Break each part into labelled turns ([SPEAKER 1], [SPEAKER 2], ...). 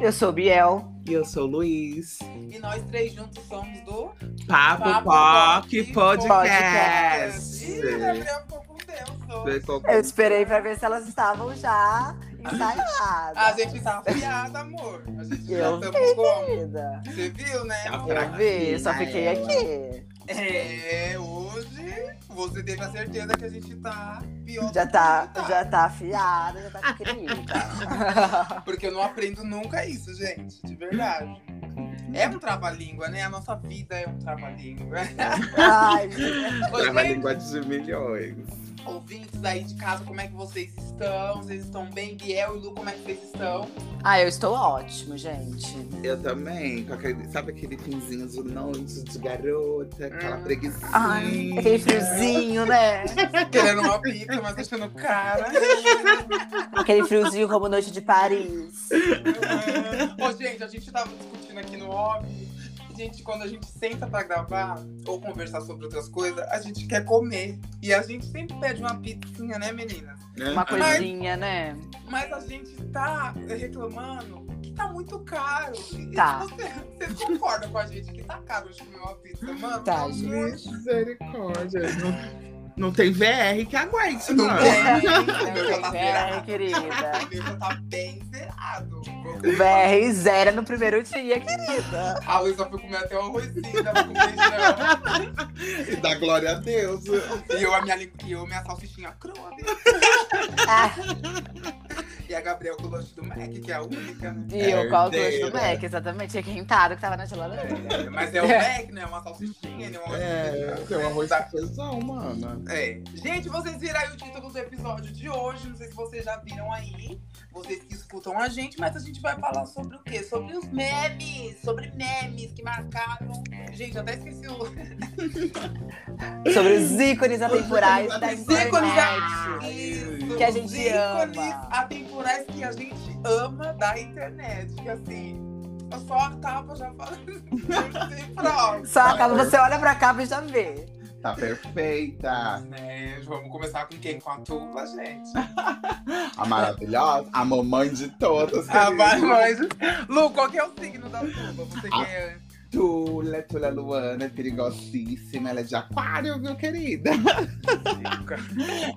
[SPEAKER 1] Eu sou Biel.
[SPEAKER 2] E eu sou o Luiz.
[SPEAKER 3] E nós três juntos somos do
[SPEAKER 2] Papo,
[SPEAKER 3] Papo
[SPEAKER 2] Pop
[SPEAKER 3] Pop
[SPEAKER 2] Podcast.
[SPEAKER 3] Ih, Gabriel ficou com Deus hoje.
[SPEAKER 2] Ficou com-
[SPEAKER 1] Eu esperei pra ver se elas estavam já ensaiadas.
[SPEAKER 3] A gente tá afiada, amor. A gente
[SPEAKER 1] Eu
[SPEAKER 3] já estamos como?
[SPEAKER 1] Querida.
[SPEAKER 3] Você viu, né?
[SPEAKER 2] Tá
[SPEAKER 3] amor?
[SPEAKER 1] Eu vi, só fiquei aqui.
[SPEAKER 3] É, hoje você teve a certeza que a gente tá pior
[SPEAKER 1] Já
[SPEAKER 3] do
[SPEAKER 1] tá,
[SPEAKER 3] que
[SPEAKER 1] já tá afiada, já tá querida.
[SPEAKER 3] Porque eu não aprendo nunca isso, gente, de verdade. É um trava-língua, né? A nossa vida é um trava-língua.
[SPEAKER 1] Ai, gente.
[SPEAKER 3] Ô,
[SPEAKER 2] Trava
[SPEAKER 3] gente,
[SPEAKER 2] língua de milhões.
[SPEAKER 3] Ouvintes aí de casa, como é que vocês estão? Vocês estão bem? Biel e Lu, como é que vocês estão?
[SPEAKER 1] Ai, Ah, eu estou ótimo, gente.
[SPEAKER 2] Eu também. com aquele- sabe aquele finzinho de noite de garota, aquela
[SPEAKER 3] Hum.
[SPEAKER 2] preguiçinha. né?
[SPEAKER 1] Ai, aquele friozinho, né?
[SPEAKER 3] Querendo uma pizza, mas achando cara.
[SPEAKER 1] Aquele friozinho como noite de Paris.
[SPEAKER 3] Ô, gente, a gente tava discutindo aqui no óbvio. Gente, quando a gente senta pra gravar ou conversar sobre outras coisas, a gente quer comer. E a gente sempre pede uma pizzinha, né, meninas?
[SPEAKER 2] né?
[SPEAKER 1] Uma coisinha, né?
[SPEAKER 3] Mas a gente tá reclamando que tá muito caro. E
[SPEAKER 1] Tá.
[SPEAKER 3] Você, vocês concordam com a gente que tá caro de comer uma pizza, mano?
[SPEAKER 1] Tá,
[SPEAKER 3] Pelo amor de
[SPEAKER 2] Misericórdia. Não, não tem VR que aguente,
[SPEAKER 1] É,
[SPEAKER 3] Não
[SPEAKER 2] mano.
[SPEAKER 3] tem. Meu já tá
[SPEAKER 1] Vera,
[SPEAKER 3] zerado.
[SPEAKER 1] querida.
[SPEAKER 3] Meu já tá bem zerado.
[SPEAKER 1] VR zera no primeiro dia, querida.
[SPEAKER 3] A Luísa foi comer até o arrozinho, tava com feijão.
[SPEAKER 2] E dá glória a Deus.
[SPEAKER 3] E eu, a minha, lim- e eu, minha salsichinha crua. né?
[SPEAKER 1] Ah,
[SPEAKER 3] E a Gabriel com o lanche do Mac, que é a única, né?
[SPEAKER 1] e eu com o gosto
[SPEAKER 2] herdeira.
[SPEAKER 1] do Mac, exatamente. É quentado que tava na geladeira.
[SPEAKER 3] É, Mas é o Mac, né? Uma salsichinha, né? Uma...
[SPEAKER 2] É, tem um arroz com feijão, mano.
[SPEAKER 3] É. Gente, vocês viram aí o título do episódio de hoje. Não sei se vocês já viram aí. Vocês que escutam a gente, mas a gente vai falar sobre o quê? Sobre os memes. Sobre memes que marcaram. Gente, até esqueci o.
[SPEAKER 1] Sobre os ícones atemporais da
[SPEAKER 3] Os ícones
[SPEAKER 1] internet.
[SPEAKER 3] da- Isso,
[SPEAKER 1] Que a gente
[SPEAKER 3] os ícones
[SPEAKER 1] ama.
[SPEAKER 3] atemporais que a gente ama da internet. Que assim, eu só a capa já falando. Sem prova.
[SPEAKER 1] Só acaba, você olha pra cá e já vê.
[SPEAKER 2] Tá perfeita.
[SPEAKER 3] Né, vamos começar com quem? Com a Tula, gente.
[SPEAKER 2] A maravilhosa. A mamãe de todas.
[SPEAKER 3] Ah,
[SPEAKER 2] querida.
[SPEAKER 3] vai, mas... Lu, qual que é o signo da Tula? Você
[SPEAKER 2] Ah.
[SPEAKER 3] que é
[SPEAKER 2] Tula, Tula Luana, é perigosíssima. Ela é de aquário, viu, querida?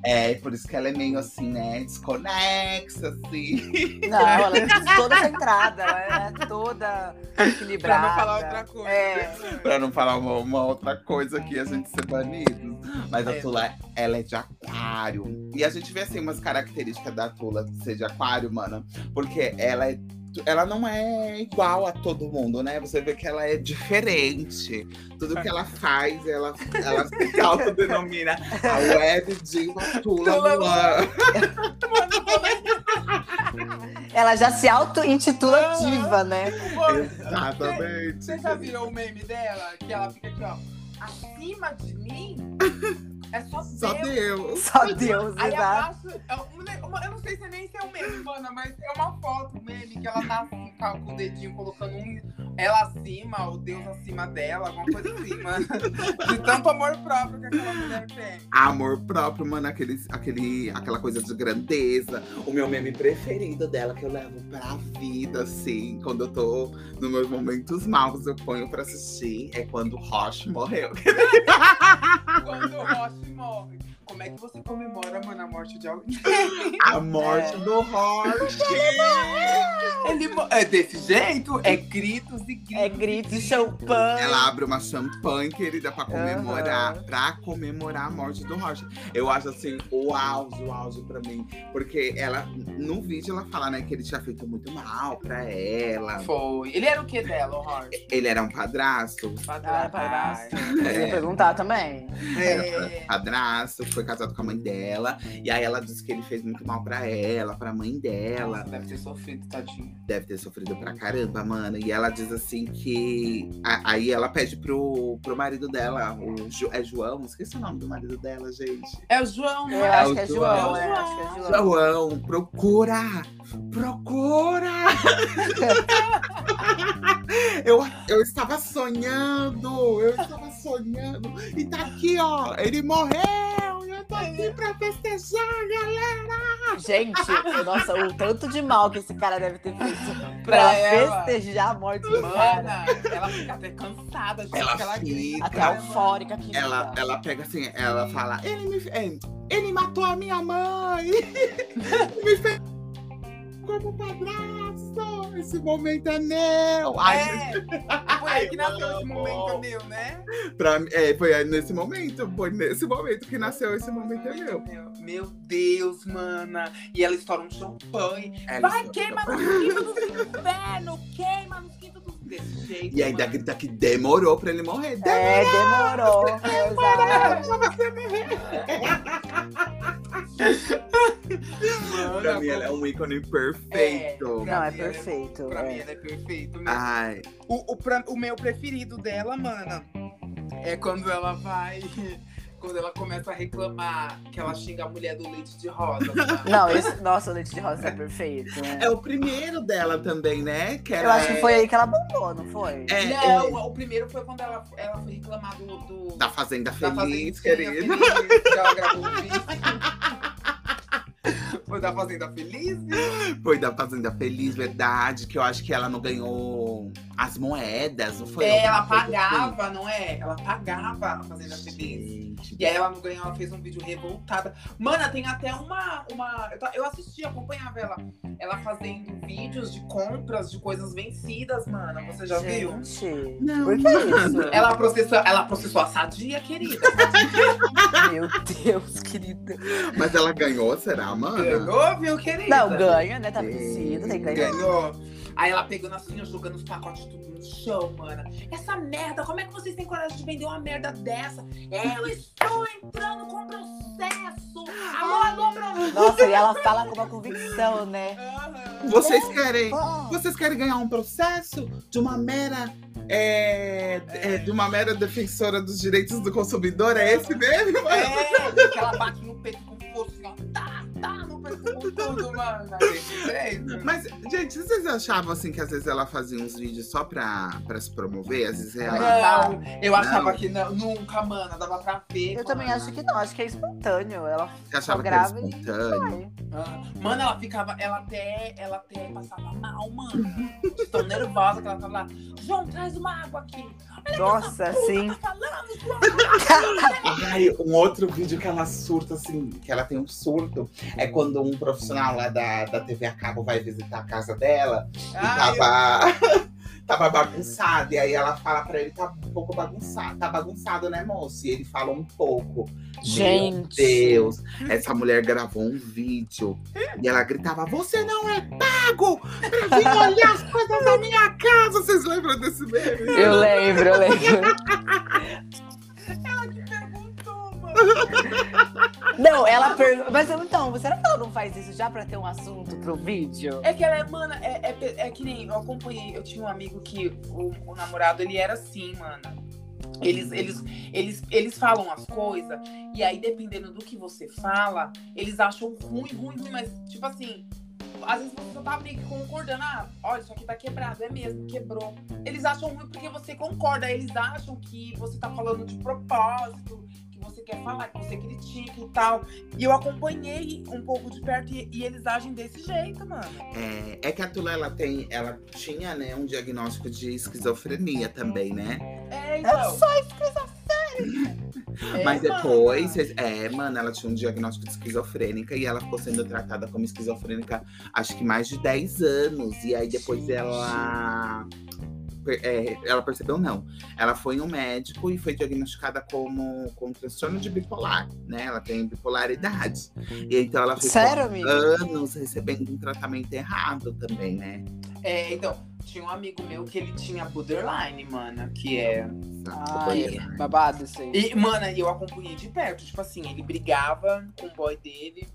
[SPEAKER 2] É, por isso que ela é meio assim, né? Desconexa, assim.
[SPEAKER 1] Não, ela é toda centrada, ela é toda
[SPEAKER 3] Pra
[SPEAKER 1] equilibrada.
[SPEAKER 3] não falar outra coisa.
[SPEAKER 1] É.
[SPEAKER 2] Pra não falar uma, uma outra coisa que a gente ser banido. Mas a
[SPEAKER 3] É.
[SPEAKER 2] Tula, ela é de aquário. E a gente vê, assim, umas características da Tula ser de aquário, mana. Porque ela é. Ela não é igual a todo mundo, né? Você vê que ela é diferente. Tudo que ela faz, ela, ela se autodenomina a web diva Tula
[SPEAKER 3] Tula
[SPEAKER 2] Luana.
[SPEAKER 1] Ela já se auto-intitula
[SPEAKER 3] Aham.
[SPEAKER 1] diva, né?
[SPEAKER 2] Exatamente.
[SPEAKER 3] Você já virou o meme dela? Que ela fica aqui, ó. Acima de mim é só,
[SPEAKER 2] Só
[SPEAKER 3] Deus.
[SPEAKER 2] Deus.
[SPEAKER 1] Só Deus,
[SPEAKER 3] Aí
[SPEAKER 1] exato.
[SPEAKER 3] abaixo, é um ne- uma- eu não sei se nem se é um meme, mana, mas é uma foto meme que ela tá assim, com com o dedinho colocando um, ela acima, o Deus acima dela, alguma coisa acima. De tanto amor próprio que aquela mulher tem.
[SPEAKER 2] Amor próprio, mano, aquele, aquele, aquela coisa de grandeza. O meu meme preferido dela, que eu levo pra vida, assim. Quando eu tô nos meus momentos maus, eu ponho pra assistir. É quando o Roche morreu.
[SPEAKER 3] Quando o Roche morre. Como é que você comemora, mano, a morte de alguém?
[SPEAKER 2] A morte do Roche.
[SPEAKER 3] Ele mo- é desse jeito? É gritos e gritos.
[SPEAKER 1] É grito e champanhe.
[SPEAKER 2] Ela abre uma champanhe, querida, pra comemorar.
[SPEAKER 1] Aham.
[SPEAKER 2] Pra comemorar a morte do Rocha. Eu acho assim, o auge, o auge pra mim. Porque ela, no vídeo, ela fala, né, que ele tinha feito muito mal pra ela.
[SPEAKER 3] É, Foi. Ele era o que dela, o Roche?
[SPEAKER 2] Ele era um padrasto.
[SPEAKER 3] Ah,
[SPEAKER 1] Ela é padrasto. Eu ia perguntar também.
[SPEAKER 3] É.
[SPEAKER 2] Padrasto, foi casado com a mãe dela. E aí ela disse que ele fez muito mal pra ela, pra mãe dela.
[SPEAKER 3] Ela deve ter sofrido, tadinha.
[SPEAKER 2] deve ter sofrido pra caramba, mano. E ela diz assim que. a- aí ela pede pro, pro marido dela, o Ju- é João, esqueci o nome do marido dela, gente.
[SPEAKER 3] É o João,
[SPEAKER 1] Eu
[SPEAKER 3] né?
[SPEAKER 1] acho que é João, é, acho que é João.
[SPEAKER 2] João, procura! Procura! eu, eu estava sonhando! Eu estava sonhando! E tá aqui, ó! Ele morreu! Eu tô aqui pra festejar, galera!
[SPEAKER 1] Gente, nossa, o tanto de mal que esse cara deve ter feito pra,
[SPEAKER 3] Pra ela.
[SPEAKER 1] festejar a morte do cara.
[SPEAKER 3] Mana, ela fica até cansada de
[SPEAKER 2] Ela
[SPEAKER 3] que ela grita.
[SPEAKER 2] fica.
[SPEAKER 1] Até eufórica aqui. né?
[SPEAKER 2] Ela, ela pega assim, ela fala, ele me é, ele matou a minha mãe! Ele me fez como padrasto! Esse momento é meu! Ai, gente,
[SPEAKER 3] É, foi aí que nasceu esse
[SPEAKER 2] amo.
[SPEAKER 3] momento meu, né?
[SPEAKER 2] pra mim- é, foi nesse momento, foi nesse momento que nasceu esse momento é meu.
[SPEAKER 3] Meu, meu Deus, mana. E ela estoura um champanhe.
[SPEAKER 2] Ela
[SPEAKER 3] Vai,
[SPEAKER 2] estoura- um
[SPEAKER 3] queima nos quintos dos inferno. Queima nos quintos dos... Desse jeito,
[SPEAKER 2] E ainda
[SPEAKER 3] mana.
[SPEAKER 2] grita que demorou pra ele morrer.
[SPEAKER 1] É, demorou.
[SPEAKER 3] é
[SPEAKER 1] exato.
[SPEAKER 3] Mana,
[SPEAKER 2] Pra mim, ela é um ícone perfeito.
[SPEAKER 1] Não,
[SPEAKER 3] Pra
[SPEAKER 1] é
[SPEAKER 3] mim, ela é-
[SPEAKER 1] perfeito.
[SPEAKER 3] Pra mim,
[SPEAKER 1] é.
[SPEAKER 3] ela é perfeito mesmo.
[SPEAKER 2] Ai,
[SPEAKER 3] O, o, pra- o meu preferido dela, mana, é quando ela vai. Quando ela começa a reclamar que ela xinga a mulher do leite de rosa. mana.
[SPEAKER 1] Não, esse, nossa, o leite de rosa é perfeito. né?
[SPEAKER 2] é o primeiro dela também, né? Que
[SPEAKER 1] Eu
[SPEAKER 2] era,
[SPEAKER 1] acho que foi aí que ela bombou, não foi?
[SPEAKER 2] É, é,
[SPEAKER 3] Não, o primeiro foi quando ela, ela foi reclamar do. do
[SPEAKER 2] da Fazenda
[SPEAKER 3] da
[SPEAKER 2] Feliz,
[SPEAKER 3] Fazendinha
[SPEAKER 2] querido.
[SPEAKER 3] Feliz, que ela gravou um vídeo. Foi da Fazenda Feliz?
[SPEAKER 2] Foi da Fazenda Feliz, verdade. Que eu acho que ela não ganhou as moedas, não foi?
[SPEAKER 3] É, ela
[SPEAKER 2] Alguma coisa
[SPEAKER 3] pagava, não é? Ela pagava a Fazenda
[SPEAKER 2] assim.
[SPEAKER 3] Feliz.
[SPEAKER 2] Gente,
[SPEAKER 3] E aí ela não ganhou, ela fez um vídeo revoltada. Mana, tem até uma. uma eu, ta- eu assisti, acompanhava ela. Ela fazendo vídeos de compras de coisas vencidas, mana. Você já viu?
[SPEAKER 1] Gente,
[SPEAKER 2] Não,
[SPEAKER 1] por que isso?
[SPEAKER 2] É
[SPEAKER 3] Ela processou, ela processou a sadia, querida.
[SPEAKER 1] Meu Deus, querida.
[SPEAKER 2] Mas ela ganhou, será, mano?
[SPEAKER 3] Ganhou, viu, querida?
[SPEAKER 1] Não, ganha, né? Tá vencido, tem que ganhar.
[SPEAKER 3] Ganhou. Aí ela pegando assim, ó, jogando os pacotes tudo no chão, mana. Essa merda, como é que vocês têm coragem de vender uma merda dessa? Eu estou entrando com processo! Alô, alô, processo!
[SPEAKER 1] Nossa, e ela fala com uma convicção, né?
[SPEAKER 3] Aham.
[SPEAKER 2] Vocês querem.
[SPEAKER 1] Bom,
[SPEAKER 2] Vocês querem ganhar um processo de uma mera. é, é, de uma mera defensora dos direitos do consumidor? É esse mesmo? mano?
[SPEAKER 3] É, que ela bate no peito com força, assim, ó, tá, tá, no peito com tudo, mano. É isso.
[SPEAKER 2] Mas, gente, vocês achavam assim que às vezes ela fazia uns vídeos só pra, pra se promover? Às vezes
[SPEAKER 1] É,
[SPEAKER 2] ela.
[SPEAKER 3] Não, eu achava que não, nunca, mano, dava pra ver.
[SPEAKER 1] eu
[SPEAKER 3] mano.
[SPEAKER 1] também acho que não, acho que é espontâneo. Ela
[SPEAKER 2] Você achava
[SPEAKER 1] só
[SPEAKER 2] que era
[SPEAKER 1] grava e
[SPEAKER 2] espontâneo?
[SPEAKER 1] vai.
[SPEAKER 3] Ah, Mano, ela ficava, ela até, ela até passava mal, mano. De tão nervosa que ela tava lá. João, traz uma água aqui.
[SPEAKER 1] Nossa, sim.
[SPEAKER 3] Tá falando, João.
[SPEAKER 2] Ai, um outro vídeo que ela surta, assim, que ela tem um surto, é quando um profissional lá da, da TV a cabo vai visitar a casa dela e tava, tava bagunçado. E aí ela fala pra ele, tá um pouco bagunçado. Tá bagunçado, né, moço? E ele fala um pouco. Meu
[SPEAKER 1] Gente.
[SPEAKER 2] Deus, essa mulher gravou um vídeo e ela gritava: Você não é pago pra vir olhar as coisas da minha casa. Vocês lembram desse meme?
[SPEAKER 1] Eu lembro, eu lembro.
[SPEAKER 3] perguntou, mano.
[SPEAKER 1] Não, ela pergunta. Mas então, será que ela não faz isso já pra ter um assunto pro vídeo?
[SPEAKER 3] É que ela é, mano, é, é, pe- é que nem eu acompanhei, eu tinha um amigo que o, o namorado ele era assim, mano. Eles, eles, eles, eles falam as coisas, e aí dependendo do que você fala, eles acham ruim, ruim, ruim, mas tipo assim, às vezes você só tá meio que concordando, ah, olha, isso aqui tá quebrado, é mesmo, quebrou. Eles acham ruim porque você concorda, eles acham que você tá falando de propósito, que você quer falar, que você critica e tal. E eu acompanhei um pouco de perto e- e eles agem desse jeito, mano.
[SPEAKER 2] É, é que a Tula ela tem, ela tinha, né, um diagnóstico de esquizofrenia também, né?
[SPEAKER 3] É,
[SPEAKER 1] É
[SPEAKER 3] então.
[SPEAKER 1] só
[SPEAKER 3] É,
[SPEAKER 2] Mas
[SPEAKER 3] mano.
[SPEAKER 2] depois, é, mano, ela tinha um diagnóstico de esquizofrênica e ela ficou sendo tratada como esquizofrênica acho que mais de 10 anos. E aí depois
[SPEAKER 1] Gente.
[SPEAKER 2] ela. per- é, ela percebeu, não. Ela foi em um médico e foi diagnosticada como com transtorno de bipolar, né? Ela tem bipolaridade. E então ela ficou
[SPEAKER 1] Sério, amigo?
[SPEAKER 2] anos recebendo um tratamento errado também, né?
[SPEAKER 3] É, então, tinha um amigo meu que ele tinha borderline, mana, que é.
[SPEAKER 2] Ah.
[SPEAKER 1] Ai, babado isso aí.
[SPEAKER 3] E, mana, eu acompanhei de perto. Tipo assim, ele brigava com o boy dele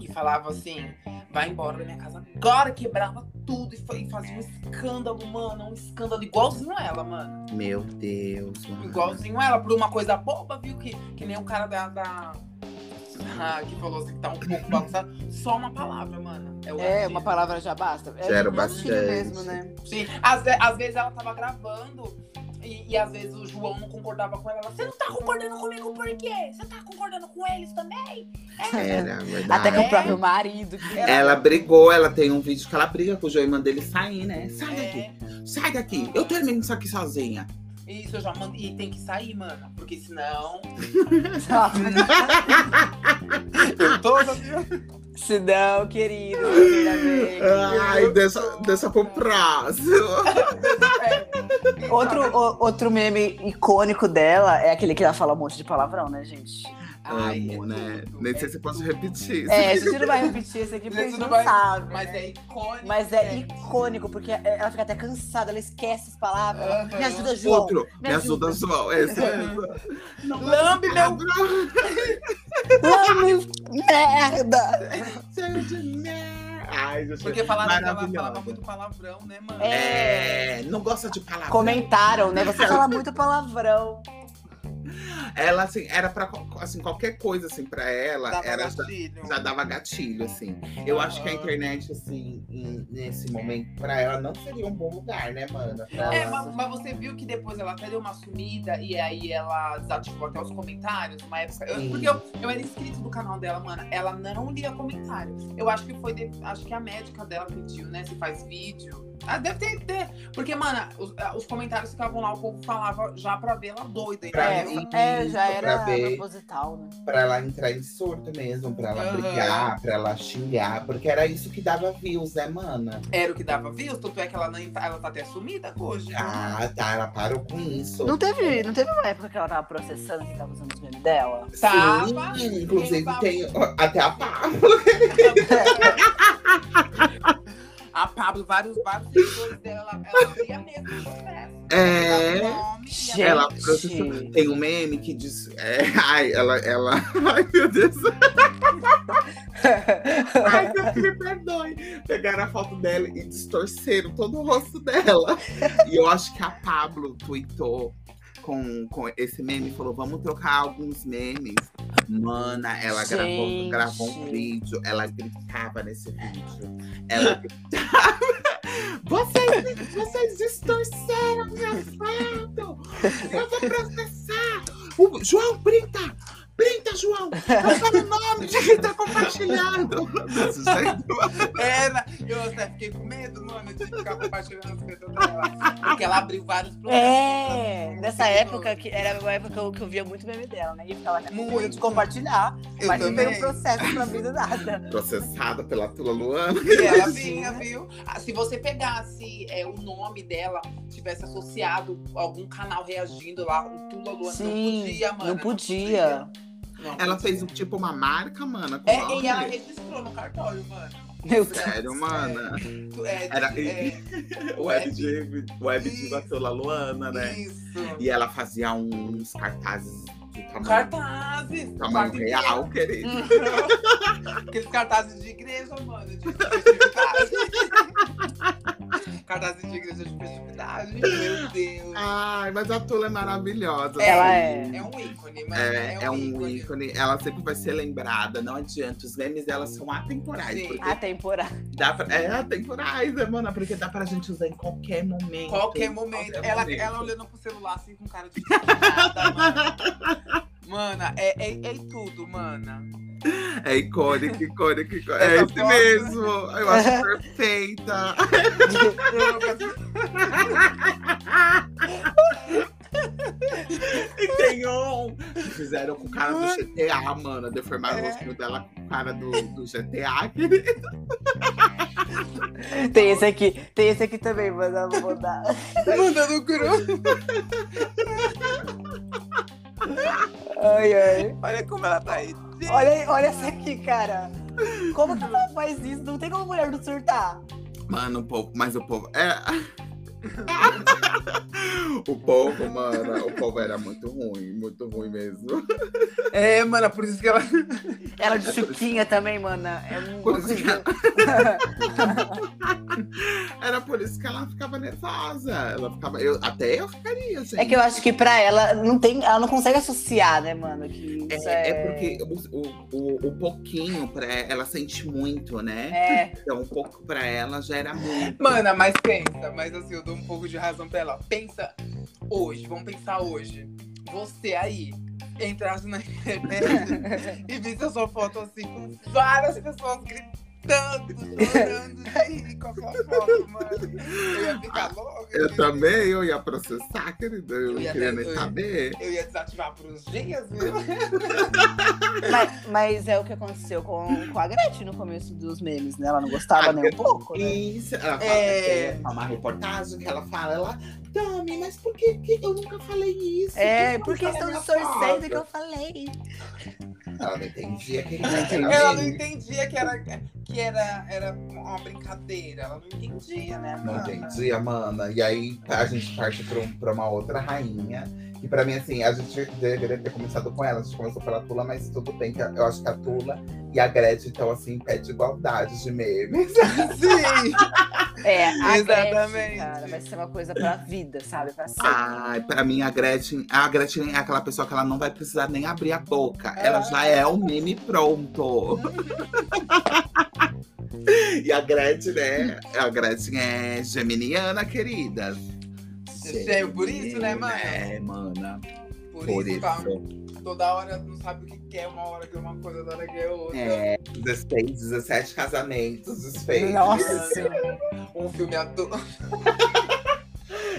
[SPEAKER 3] e falava assim: vai embora da minha casa agora, quebrava tudo e, fa- e fazia um escândalo, mano, um escândalo igualzinho ela, mano.
[SPEAKER 2] Meu Deus. mano.
[SPEAKER 3] Igualzinho ela, por uma coisa boba, viu? Que, que nem o cara da. da- ah, que falou assim que tá um pouco bagunçado. Só uma palavra, mano. o
[SPEAKER 1] É,
[SPEAKER 3] racismo.
[SPEAKER 1] uma palavra já basta. É
[SPEAKER 2] Já era
[SPEAKER 1] muito estilo
[SPEAKER 2] bastante.
[SPEAKER 1] mesmo, né?
[SPEAKER 3] Sim, às, ve- às vezes ela tava gravando E, e às vezes o João não concordava com ela. Ela, você não tá concordando comigo por quê? Você tá concordando com eles também?
[SPEAKER 2] Era, verdade.
[SPEAKER 1] Até com
[SPEAKER 3] É.
[SPEAKER 1] o próprio marido. que-
[SPEAKER 2] Ela brigou, ela tem um vídeo que ela briga com o João e manda ele sair, né? Sai
[SPEAKER 3] É.
[SPEAKER 2] daqui, sai daqui. Eu termino isso aqui sozinha.
[SPEAKER 3] Isso, eu já mando. E tem que sair, mano. Porque senão. Eu tô.
[SPEAKER 1] Se não, querido. querida
[SPEAKER 2] É,
[SPEAKER 1] amiga.
[SPEAKER 2] Ai, deixa, deixa pro próximo.
[SPEAKER 1] Outro, o- outro meme icônico dela é aquele que ela fala um monte de palavrão, né, gente?
[SPEAKER 2] Amo, É, né? Nem sei se eu posso repetir isso.
[SPEAKER 1] É, a gente não vai repetir isso aqui
[SPEAKER 3] A
[SPEAKER 1] porque a
[SPEAKER 3] gente
[SPEAKER 1] gente
[SPEAKER 3] não
[SPEAKER 1] não
[SPEAKER 3] vai-
[SPEAKER 1] sabe.
[SPEAKER 3] Mas
[SPEAKER 1] né?
[SPEAKER 3] é icônico.
[SPEAKER 1] Mas é
[SPEAKER 3] gente.
[SPEAKER 1] icônico, porque ela fica até cansada, ela esquece as palavras. ela,
[SPEAKER 3] Aham.
[SPEAKER 1] Me ajuda, João.
[SPEAKER 2] Outro, me ajuda, João. É, Esse mesmo.
[SPEAKER 3] Lambe meu.
[SPEAKER 1] Ai, merda!
[SPEAKER 2] Ai, gente.
[SPEAKER 3] Porque falava, ela
[SPEAKER 2] Maravilhosa.
[SPEAKER 3] falava muito palavrão, né, mano?
[SPEAKER 1] É.
[SPEAKER 2] É, não gosta de palavras.
[SPEAKER 1] Comentaram, né? Você fala muito palavrão.
[SPEAKER 2] Ela, assim, era pra co- assim, qualquer coisa, assim, pra ela,
[SPEAKER 3] Dava
[SPEAKER 2] era já,
[SPEAKER 3] gatilho.
[SPEAKER 2] já dava gatilho, assim. Eu acho que a internet, assim, em- nesse momento, pra ela não seria um bom lugar, né, mana? Pra
[SPEAKER 3] É,
[SPEAKER 2] ela-
[SPEAKER 3] mas, mas você viu que depois ela até deu uma sumida e aí ela desativou até os comentários. Uma época, eu-
[SPEAKER 2] Sim.
[SPEAKER 3] porque eu, eu era inscrito do canal dela, mano. Ela não lia comentário. Eu acho que foi. de- acho que a médica dela pediu, né? Se faz vídeo. Ah, deve ter. ter- porque, mano, os, ah, os comentários ficavam lá, o povo falava já pra ver ela doida.
[SPEAKER 2] Pra
[SPEAKER 1] É,
[SPEAKER 3] entendeu?
[SPEAKER 2] mim,
[SPEAKER 1] é, já
[SPEAKER 2] pra
[SPEAKER 1] era
[SPEAKER 2] ver.
[SPEAKER 1] proposital, né?
[SPEAKER 2] pra ela entrar em surto mesmo, pra ela
[SPEAKER 3] Aham.
[SPEAKER 2] brigar, pra ela xingar, porque era isso que dava views, né, mana?
[SPEAKER 3] Era o que dava views, tanto é que ela, não, ela tá até sumida hoje.
[SPEAKER 2] Ah, tá, ela parou com isso.
[SPEAKER 1] Não teve, não teve uma época que ela tava processando quem tava usando os memes dela?
[SPEAKER 3] Tava.
[SPEAKER 2] Sim, inclusive
[SPEAKER 3] Tava. assim?
[SPEAKER 2] tem ó, até a Pablo.
[SPEAKER 3] A Pablo, vários, vários seguidores dela, ela, ela abria mesmo o processo.
[SPEAKER 2] É.
[SPEAKER 3] Ela come e ela-
[SPEAKER 2] Ela
[SPEAKER 1] Gente.
[SPEAKER 2] processou. Tem um meme que diz. é, ai, ela, ela. Ai, meu Deus. Ai, Deus me perdoe. Pegaram a foto dela e distorceram todo o rosto dela. E eu acho que a Pablo tweetou com, com esse meme e falou: vamos trocar alguns memes. Mana, ela gravou,
[SPEAKER 1] Gente.
[SPEAKER 2] gravou um vídeo, ela gritava nesse vídeo. Ela gritava. Vocês, vocês distorceram minha foto! Eu vou processar! O- João, printa! Printa, João! Eu falo o nome de quem tá compartilhando! Desse jeito.
[SPEAKER 3] Era. Eu até fiquei com medo, mano, de ficar compartilhando as coisas dela. Porque ela abriu vários
[SPEAKER 1] É,
[SPEAKER 3] processos.
[SPEAKER 1] nessa época, que era uma época que eu- que eu via muito meme dela, né? E ficava com
[SPEAKER 3] Muito.
[SPEAKER 1] medo de compartilhar,
[SPEAKER 3] Eu
[SPEAKER 1] mas não tem
[SPEAKER 3] também.
[SPEAKER 1] um processo pra mim do nada.
[SPEAKER 2] Processada pela Tula Luana.
[SPEAKER 3] E ela vinha,
[SPEAKER 1] né?
[SPEAKER 3] viu? Ah, Se você pegasse é, o nome dela, tivesse associado a algum canal reagindo lá, o Tula Luan, não podia, mano.
[SPEAKER 1] não podia.
[SPEAKER 3] Não
[SPEAKER 2] Ela
[SPEAKER 3] podia.
[SPEAKER 2] fez um tipo uma marca, mana. Com
[SPEAKER 3] É,
[SPEAKER 2] nome.
[SPEAKER 3] e ela registrou no cartório, mano.
[SPEAKER 1] Meu Deus.
[SPEAKER 2] Sério, mana.
[SPEAKER 3] Tu- é,
[SPEAKER 2] Era-
[SPEAKER 3] é,
[SPEAKER 2] Web Diva, Web Diva
[SPEAKER 3] Isso.
[SPEAKER 2] Tula Luana, né?
[SPEAKER 3] Isso.
[SPEAKER 2] E ela fazia uns cartazes de tamanho,
[SPEAKER 3] Cartazes.
[SPEAKER 2] tamanho
[SPEAKER 3] sabe?
[SPEAKER 2] real, querido.
[SPEAKER 3] Uhum. Aqueles cartazes de igreja, mano. é De festividade. cartazes de igreja é de festividade. Meu Deus.
[SPEAKER 2] Ai, mas a Tula é maravilhosa.
[SPEAKER 1] Ela
[SPEAKER 2] assim.
[SPEAKER 1] é.
[SPEAKER 3] É um ícone, mano.
[SPEAKER 2] É, é um ícone.
[SPEAKER 3] ícone.
[SPEAKER 2] ela sempre vai ser lembrada, não adianta. Os memes dela são atemporais.
[SPEAKER 3] Sim.
[SPEAKER 2] Porque
[SPEAKER 1] A temporada.
[SPEAKER 2] dá pra, é atemporais, né, mana? Porque dá pra gente usar em qualquer momento.
[SPEAKER 3] Qualquer momento.
[SPEAKER 2] Qualquer
[SPEAKER 3] ela,
[SPEAKER 2] momento.
[SPEAKER 3] ela olhando pro celular assim com cara de. nada, mano. Mana, é, é, é tudo, mana.
[SPEAKER 2] É icônico, icônico, icônico. É
[SPEAKER 3] Essa
[SPEAKER 2] esse
[SPEAKER 3] foto.
[SPEAKER 2] mesmo. Eu acho perfeita. E tem um que fizeram com o cara do GTA, mano. Deformaram o
[SPEAKER 3] É.
[SPEAKER 2] rostinho dela com o cara do, do GTA. querido.
[SPEAKER 1] Tem esse aqui, tem esse aqui também, mas eu não vou dar.
[SPEAKER 3] Mandando cru.
[SPEAKER 1] Ai, ai.
[SPEAKER 3] Olha como ela tá aí.
[SPEAKER 1] Olha, olha essa aqui, cara. Como que ela faz isso? Não tem como mulher não surtar.
[SPEAKER 2] Mano, o povo, mas o povo. É. o povo, mano, o povo era muito ruim, muito ruim mesmo.
[SPEAKER 3] É, mana, por isso que ela.
[SPEAKER 1] Ela de chuquinha também, mana. É um...
[SPEAKER 2] Por isso que Era por isso que ela ficava nervosa. Ela ficava. Eu, até eu ficaria, assim. gente.
[SPEAKER 1] É que eu acho que pra ela não tem, ela não consegue associar, né, mano? Que isso
[SPEAKER 2] É,
[SPEAKER 1] é,
[SPEAKER 2] é porque o, o, o pouquinho pra ela sente muito, né?
[SPEAKER 1] É,
[SPEAKER 2] Então, um pouco pra ela já era muito.
[SPEAKER 3] Mana, mas pensa, mas assim, eu dou um pouco de razão pra ela. Pensa hoje, vamos pensar hoje. Você aí, entrasse na internet e visse a sua foto assim, com várias pessoas gritando, chorando de rir com a sua foto, mano. Eu ia ficar louca.
[SPEAKER 2] Eu também, eu ia processar, querida. Eu
[SPEAKER 3] Eu
[SPEAKER 2] não
[SPEAKER 3] ia
[SPEAKER 2] queria nem
[SPEAKER 3] ter-
[SPEAKER 2] saber.
[SPEAKER 3] Eu ia desativar por uns dias mesmo.
[SPEAKER 1] Mas, mas é o que aconteceu com, com a Gretchen no começo dos memes, né? Ela não gostava
[SPEAKER 2] A
[SPEAKER 1] nem um pouco, né?
[SPEAKER 2] Isso, ela fala
[SPEAKER 3] É.
[SPEAKER 2] é... uma reportagem que ela fala, ela, Dami, mas por que, que eu nunca falei isso?
[SPEAKER 1] É,
[SPEAKER 2] Por
[SPEAKER 1] por que
[SPEAKER 2] que
[SPEAKER 1] estão
[SPEAKER 2] não tá na
[SPEAKER 1] distorcendo
[SPEAKER 2] foto?
[SPEAKER 1] o
[SPEAKER 3] então
[SPEAKER 1] que eu falei?
[SPEAKER 2] Ela não entendia que
[SPEAKER 3] Ela não entendia que era, que era, era uma brincadeira. Ela não entendia, né?
[SPEAKER 2] Não
[SPEAKER 3] mana?
[SPEAKER 2] entendia, mana. é E aí a gente parte pra, um- pra uma outra rainha. Que pra mim, assim, a gente deveria ter começado com ela. A gente começou pela Tula, mas tudo bem. que Eu acho que a Tula e a Gretchen estão, assim, em pé de igualdade de memes.
[SPEAKER 3] Sim!
[SPEAKER 1] É, a Gretchen,
[SPEAKER 3] Exatamente.
[SPEAKER 1] cara, vai ser uma coisa pra vida, sabe? Pra sempre.
[SPEAKER 2] Ai, pra mim, a Gretchen, a Gretchen é aquela pessoa que ela não vai precisar nem abrir a boca. Ela já é um meme pronto. e a Gretchen, né? A Gretchen é geminiana, querida.
[SPEAKER 3] É por isso, né, mana?
[SPEAKER 2] É, mana.
[SPEAKER 3] Por, isso, Paulo, toda hora não sabe o que quer, uma hora quer uma coisa, outra hora quer outra.
[SPEAKER 2] É, 16, 17 casamentos desfeitos.
[SPEAKER 1] Nossa
[SPEAKER 3] Mano, Um filme ator.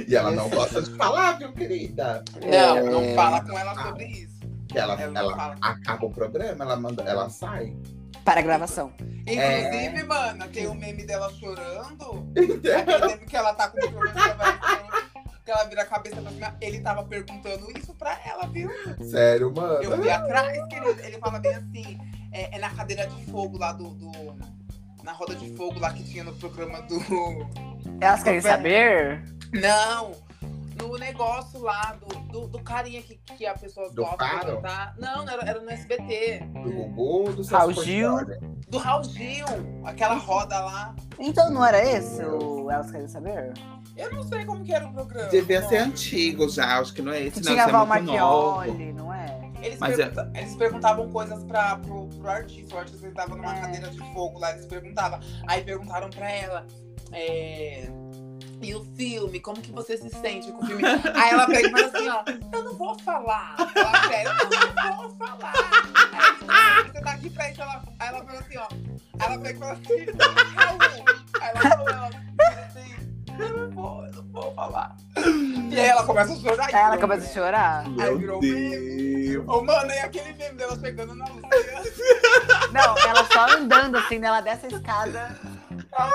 [SPEAKER 2] E ela não gosta de falar, viu, querida?
[SPEAKER 3] Não,
[SPEAKER 2] É.
[SPEAKER 3] não fala com ela sobre isso.
[SPEAKER 2] Que ela,
[SPEAKER 3] Ela
[SPEAKER 2] ela,
[SPEAKER 3] não fala.
[SPEAKER 2] acaba o programa, ela manda, ela sai.
[SPEAKER 1] Para a gravação.
[SPEAKER 2] É.
[SPEAKER 3] Inclusive, mano, tem o meme dela chorando. Aquele meme que ela tá com problema, que ela vai chorando, que ela vira a cabeça pra cima. Ele tava perguntando isso pra ela, viu?
[SPEAKER 2] Sério, mano.
[SPEAKER 3] Eu fui atrás, querido. Ele fala bem assim: é, é na cadeira de fogo lá do, do- Na roda de fogo lá que tinha no programa do.
[SPEAKER 1] Elas querem
[SPEAKER 3] Super.
[SPEAKER 1] saber?
[SPEAKER 3] Não! No negócio lá do, do, do carinha que, que a pessoa
[SPEAKER 2] Do
[SPEAKER 3] gosta de
[SPEAKER 2] Faro?
[SPEAKER 3] cantar. Não, não, era, era no SBT.
[SPEAKER 2] Do Gugu, do
[SPEAKER 1] Raul
[SPEAKER 2] Sérgio
[SPEAKER 1] Gil.
[SPEAKER 2] Portiolli.
[SPEAKER 3] Do Raul Gil,
[SPEAKER 2] Uhum.
[SPEAKER 3] aquela roda lá.
[SPEAKER 1] Então não era esse o Elas Querem Saber?
[SPEAKER 3] Eu não sei como que era o programa.
[SPEAKER 2] Devia ser
[SPEAKER 3] não.
[SPEAKER 2] antigo já, acho que não é esse,
[SPEAKER 1] Que
[SPEAKER 2] não.
[SPEAKER 1] tinha
[SPEAKER 2] esse é
[SPEAKER 1] Val
[SPEAKER 2] muito novo.
[SPEAKER 1] Marchioli, não é?
[SPEAKER 3] Eles,
[SPEAKER 2] Mas
[SPEAKER 3] pergunta- eles perguntavam coisas pra, pro, pro artista. O artista estava numa
[SPEAKER 1] É.
[SPEAKER 3] cadeira de fogo lá, eles perguntavam. Aí perguntaram pra ela. é, E o filme, como que você se sente com o filme? Aí ela pega e fala assim, ó, eu não vou falar. Ela pega, eu não vou falar. Aí ele, você tá aqui pra isso. Ela, aí ela fala assim, ó. Aí ela pega e fala assim, Raul. Aí ela fala, ela fala assim, eu não vou, eu não vou falar. E aí ela começa a chorar.
[SPEAKER 1] Aí ela começa a chorar.
[SPEAKER 3] Ai,
[SPEAKER 2] Meu
[SPEAKER 3] virou
[SPEAKER 2] Deus.
[SPEAKER 3] Ô, mano, e aquele meme dela pegando na né? Luciana?
[SPEAKER 1] Não, ela só andando assim, né? Ela desce a escada.
[SPEAKER 2] Ah,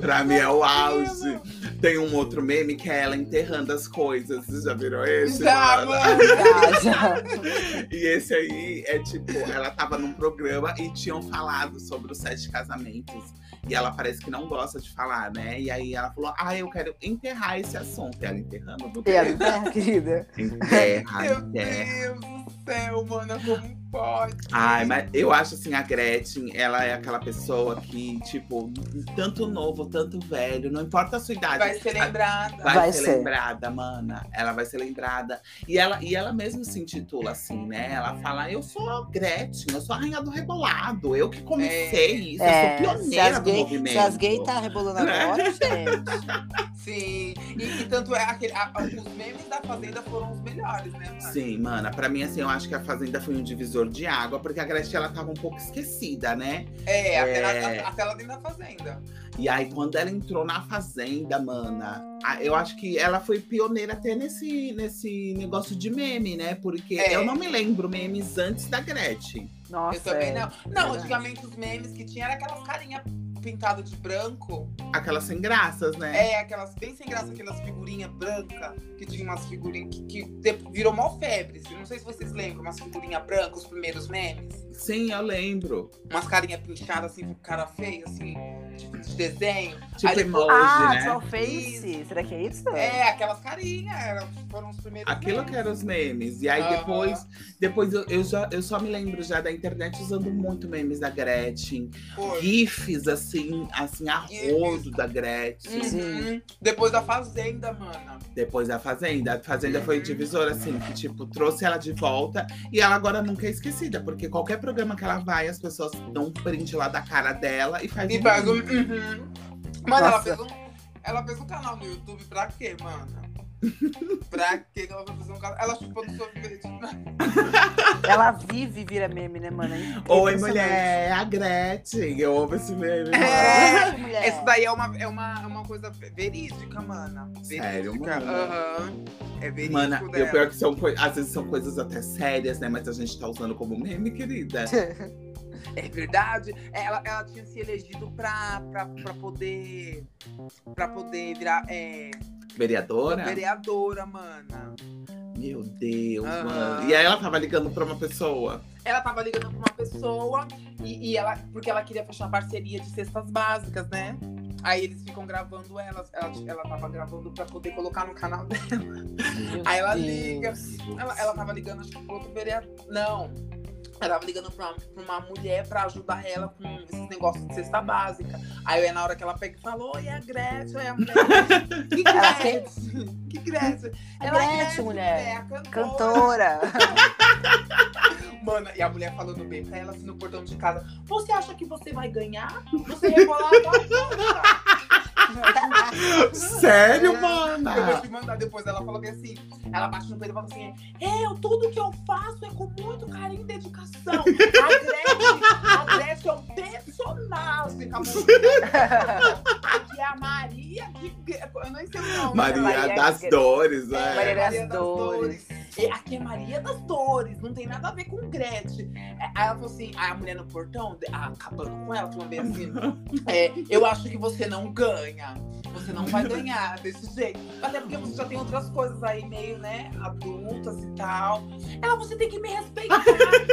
[SPEAKER 2] Pra mim é o auge. Tem um outro meme que é ela enterrando as coisas. Vocês já viram esse?
[SPEAKER 3] Já,
[SPEAKER 2] mano?
[SPEAKER 3] Ah, mano.
[SPEAKER 1] Já,
[SPEAKER 2] E esse aí é tipo, ela tava num programa e tinham falado sobre os sete casamentos. E ela parece que não gosta de falar, né? E aí ela falou: Ah, eu quero enterrar esse assunto. E ela enterrando do
[SPEAKER 1] Pedro, né, querida?
[SPEAKER 2] Enterra,
[SPEAKER 3] Meu
[SPEAKER 2] enterra.
[SPEAKER 3] Deus do céu, mano, como pode?
[SPEAKER 2] Ai, mas eu acho assim, a Gretchen, ela é aquela pessoa que, tipo, tanto novo, tanto velho, não importa a sua idade.
[SPEAKER 3] Vai ser
[SPEAKER 2] a-
[SPEAKER 3] lembrada.
[SPEAKER 2] Vai,
[SPEAKER 1] Vai
[SPEAKER 2] ser,
[SPEAKER 1] ser.
[SPEAKER 2] lembrada, mana. Ela vai ser lembrada. E ela, e ela mesma se intitula assim, né? Ela fala: Eu sou a Gretchen, eu sou a rainha do rebolado. Eu que comecei isso, eu sou
[SPEAKER 1] É, se
[SPEAKER 2] pioneira
[SPEAKER 1] as
[SPEAKER 2] do
[SPEAKER 1] gay,
[SPEAKER 2] movimento.
[SPEAKER 1] se as gay tá rebolando
[SPEAKER 2] Né?
[SPEAKER 1] agora, gente.
[SPEAKER 3] Sim. E, e tanto é, aquele, a- a- os memes da Fazenda foram os melhores, né, mano?
[SPEAKER 2] Sim, mana, pra mim, assim, eu acho que a Fazenda foi um divisor de água, porque a Gretchen, ela tava um pouco esquecida, né?
[SPEAKER 3] É, até
[SPEAKER 2] É.
[SPEAKER 3] lá- a- até lá dentro da Fazenda.
[SPEAKER 2] E aí, quando ela entrou na Fazenda, mana, a- eu acho que ela foi pioneira até nesse, nesse negócio de meme, né? Porque
[SPEAKER 3] É.
[SPEAKER 2] eu não me lembro memes antes da Gretchen.
[SPEAKER 1] Nossa.
[SPEAKER 3] Eu também
[SPEAKER 1] é.
[SPEAKER 3] não. Não,
[SPEAKER 1] Verdade.
[SPEAKER 3] antigamente os memes que tinha era aquelas carinhas pintadas de branco.
[SPEAKER 2] Aquelas sem graças, né?
[SPEAKER 3] É, aquelas bem sem graça, aquelas figurinhas brancas, que tinha umas figurinhas que, que de- virou mó febre. assim. Não sei se vocês lembram, umas figurinhas brancas, os primeiros memes.
[SPEAKER 2] Sim, eu lembro.
[SPEAKER 3] Umas carinhas pinchadas, assim, com cara feia, assim, tipo de desenho.
[SPEAKER 2] Tipo
[SPEAKER 3] Aí depois-
[SPEAKER 2] emoji,
[SPEAKER 1] Ah,
[SPEAKER 2] né?
[SPEAKER 1] Troll Face. Será que é isso?
[SPEAKER 3] É, aquelas carinhas, eram- foram os primeiros
[SPEAKER 2] Aquilo que
[SPEAKER 3] memes.
[SPEAKER 2] eram os memes. E aí
[SPEAKER 3] Aham.
[SPEAKER 2] depois, depois eu, eu já, eu só me lembro já da internet usando muito memes da Gretchen.
[SPEAKER 3] Foi. Uhum.
[SPEAKER 2] GIFs, assim, assim, a
[SPEAKER 3] Gifs.
[SPEAKER 2] rodo da Gretchen.
[SPEAKER 3] Uhum.
[SPEAKER 1] Sim.
[SPEAKER 3] Depois da Fazenda, mana.
[SPEAKER 2] Depois a Fazenda. A Fazenda
[SPEAKER 3] Uhum.
[SPEAKER 2] foi o divisor, assim, que, tipo, trouxe ela de volta. E ela agora nunca é esquecida, porque qualquer programa que ela vai, as pessoas dão um print lá da cara dela e faz
[SPEAKER 3] E
[SPEAKER 2] um
[SPEAKER 3] faz um.
[SPEAKER 2] meme.
[SPEAKER 3] Uhum. Mano, ela
[SPEAKER 1] Nossa.
[SPEAKER 3] fez um, ela fez um canal no YouTube pra quê, mano? Pra que que ela vai fazer um caso? Ela chupou do tipo, sorvete.
[SPEAKER 1] Ela vive e vira meme, né, mano? É incrível,
[SPEAKER 2] Oi, mulher, é a Gretchen. Eu amo esse meme.
[SPEAKER 3] É.
[SPEAKER 1] impressionante. Oi, mulher.
[SPEAKER 3] Isso daí é uma, é uma, é uma coisa verídica, mana. Verídica.
[SPEAKER 2] Sério, mano?
[SPEAKER 3] Aham. É verídico
[SPEAKER 2] Mana, e
[SPEAKER 3] dela.
[SPEAKER 2] o pior é que são, coi- às vezes são coisas até sérias, né? Mas a gente tá usando como meme, querida.
[SPEAKER 3] É verdade. Ela, ela tinha se elegido pra, pra, pra poder. Pra poder virar é,
[SPEAKER 2] Vereadora?
[SPEAKER 3] vereadora, mana.
[SPEAKER 2] Meu Deus,
[SPEAKER 3] Aham.
[SPEAKER 2] mano. E aí ela tava ligando pra uma pessoa.
[SPEAKER 3] Ela tava ligando pra uma pessoa e, e ela. Porque ela queria fechar uma parceria de cestas básicas, né? Aí eles ficam gravando elas. Ela, ela tava gravando pra poder colocar no canal dela.
[SPEAKER 1] Meu
[SPEAKER 3] Aí ela
[SPEAKER 1] Deus.
[SPEAKER 3] liga. Ela, ela tava ligando, acho que pro outro vereador. Não. Ela tava ligando pra, pra uma mulher pra ajudar ela com esses negócios de cesta básica. Aí é na hora que ela pega e falou, oi, é a Gretchen, é a mulher. Que
[SPEAKER 1] Ela
[SPEAKER 3] Gretchen? Que Gretchen?
[SPEAKER 1] A
[SPEAKER 3] Ela
[SPEAKER 1] Gretchen, mulher.
[SPEAKER 3] É a cantora.
[SPEAKER 1] Cantora.
[SPEAKER 3] Mano, e a mulher falando bem pra ela assim no portão de casa. Você acha que você vai ganhar? Você é rebolar a tua bunda."
[SPEAKER 2] Sério,
[SPEAKER 3] É.
[SPEAKER 2] mana?
[SPEAKER 3] Eu vou te mandar depois. Ela falou que assim, ela baixa no peito e fala assim: Eu, tudo que eu faço é com muito carinho e dedicação. A Gretchen, a Gretchen é um personagem. com a mão- Aqui é a Maria de. Eu nem sei o nome.
[SPEAKER 2] Maria
[SPEAKER 1] Maria
[SPEAKER 2] das
[SPEAKER 1] Gre-
[SPEAKER 2] Dores,
[SPEAKER 1] É,
[SPEAKER 2] é.
[SPEAKER 1] Maria das Dores.
[SPEAKER 3] É, aqui é Maria das Dores, não tem nada a ver com Gretchen. É, Aí ela falou assim, aí a mulher no portão, a- acabando com ela, falou bem assim, é, eu acho que você não ganha. Você não vai ganhar desse jeito. Até porque você já tem outras coisas aí, meio, né, adultas e tal. Ela, você tem que me respeitar. A Gretchen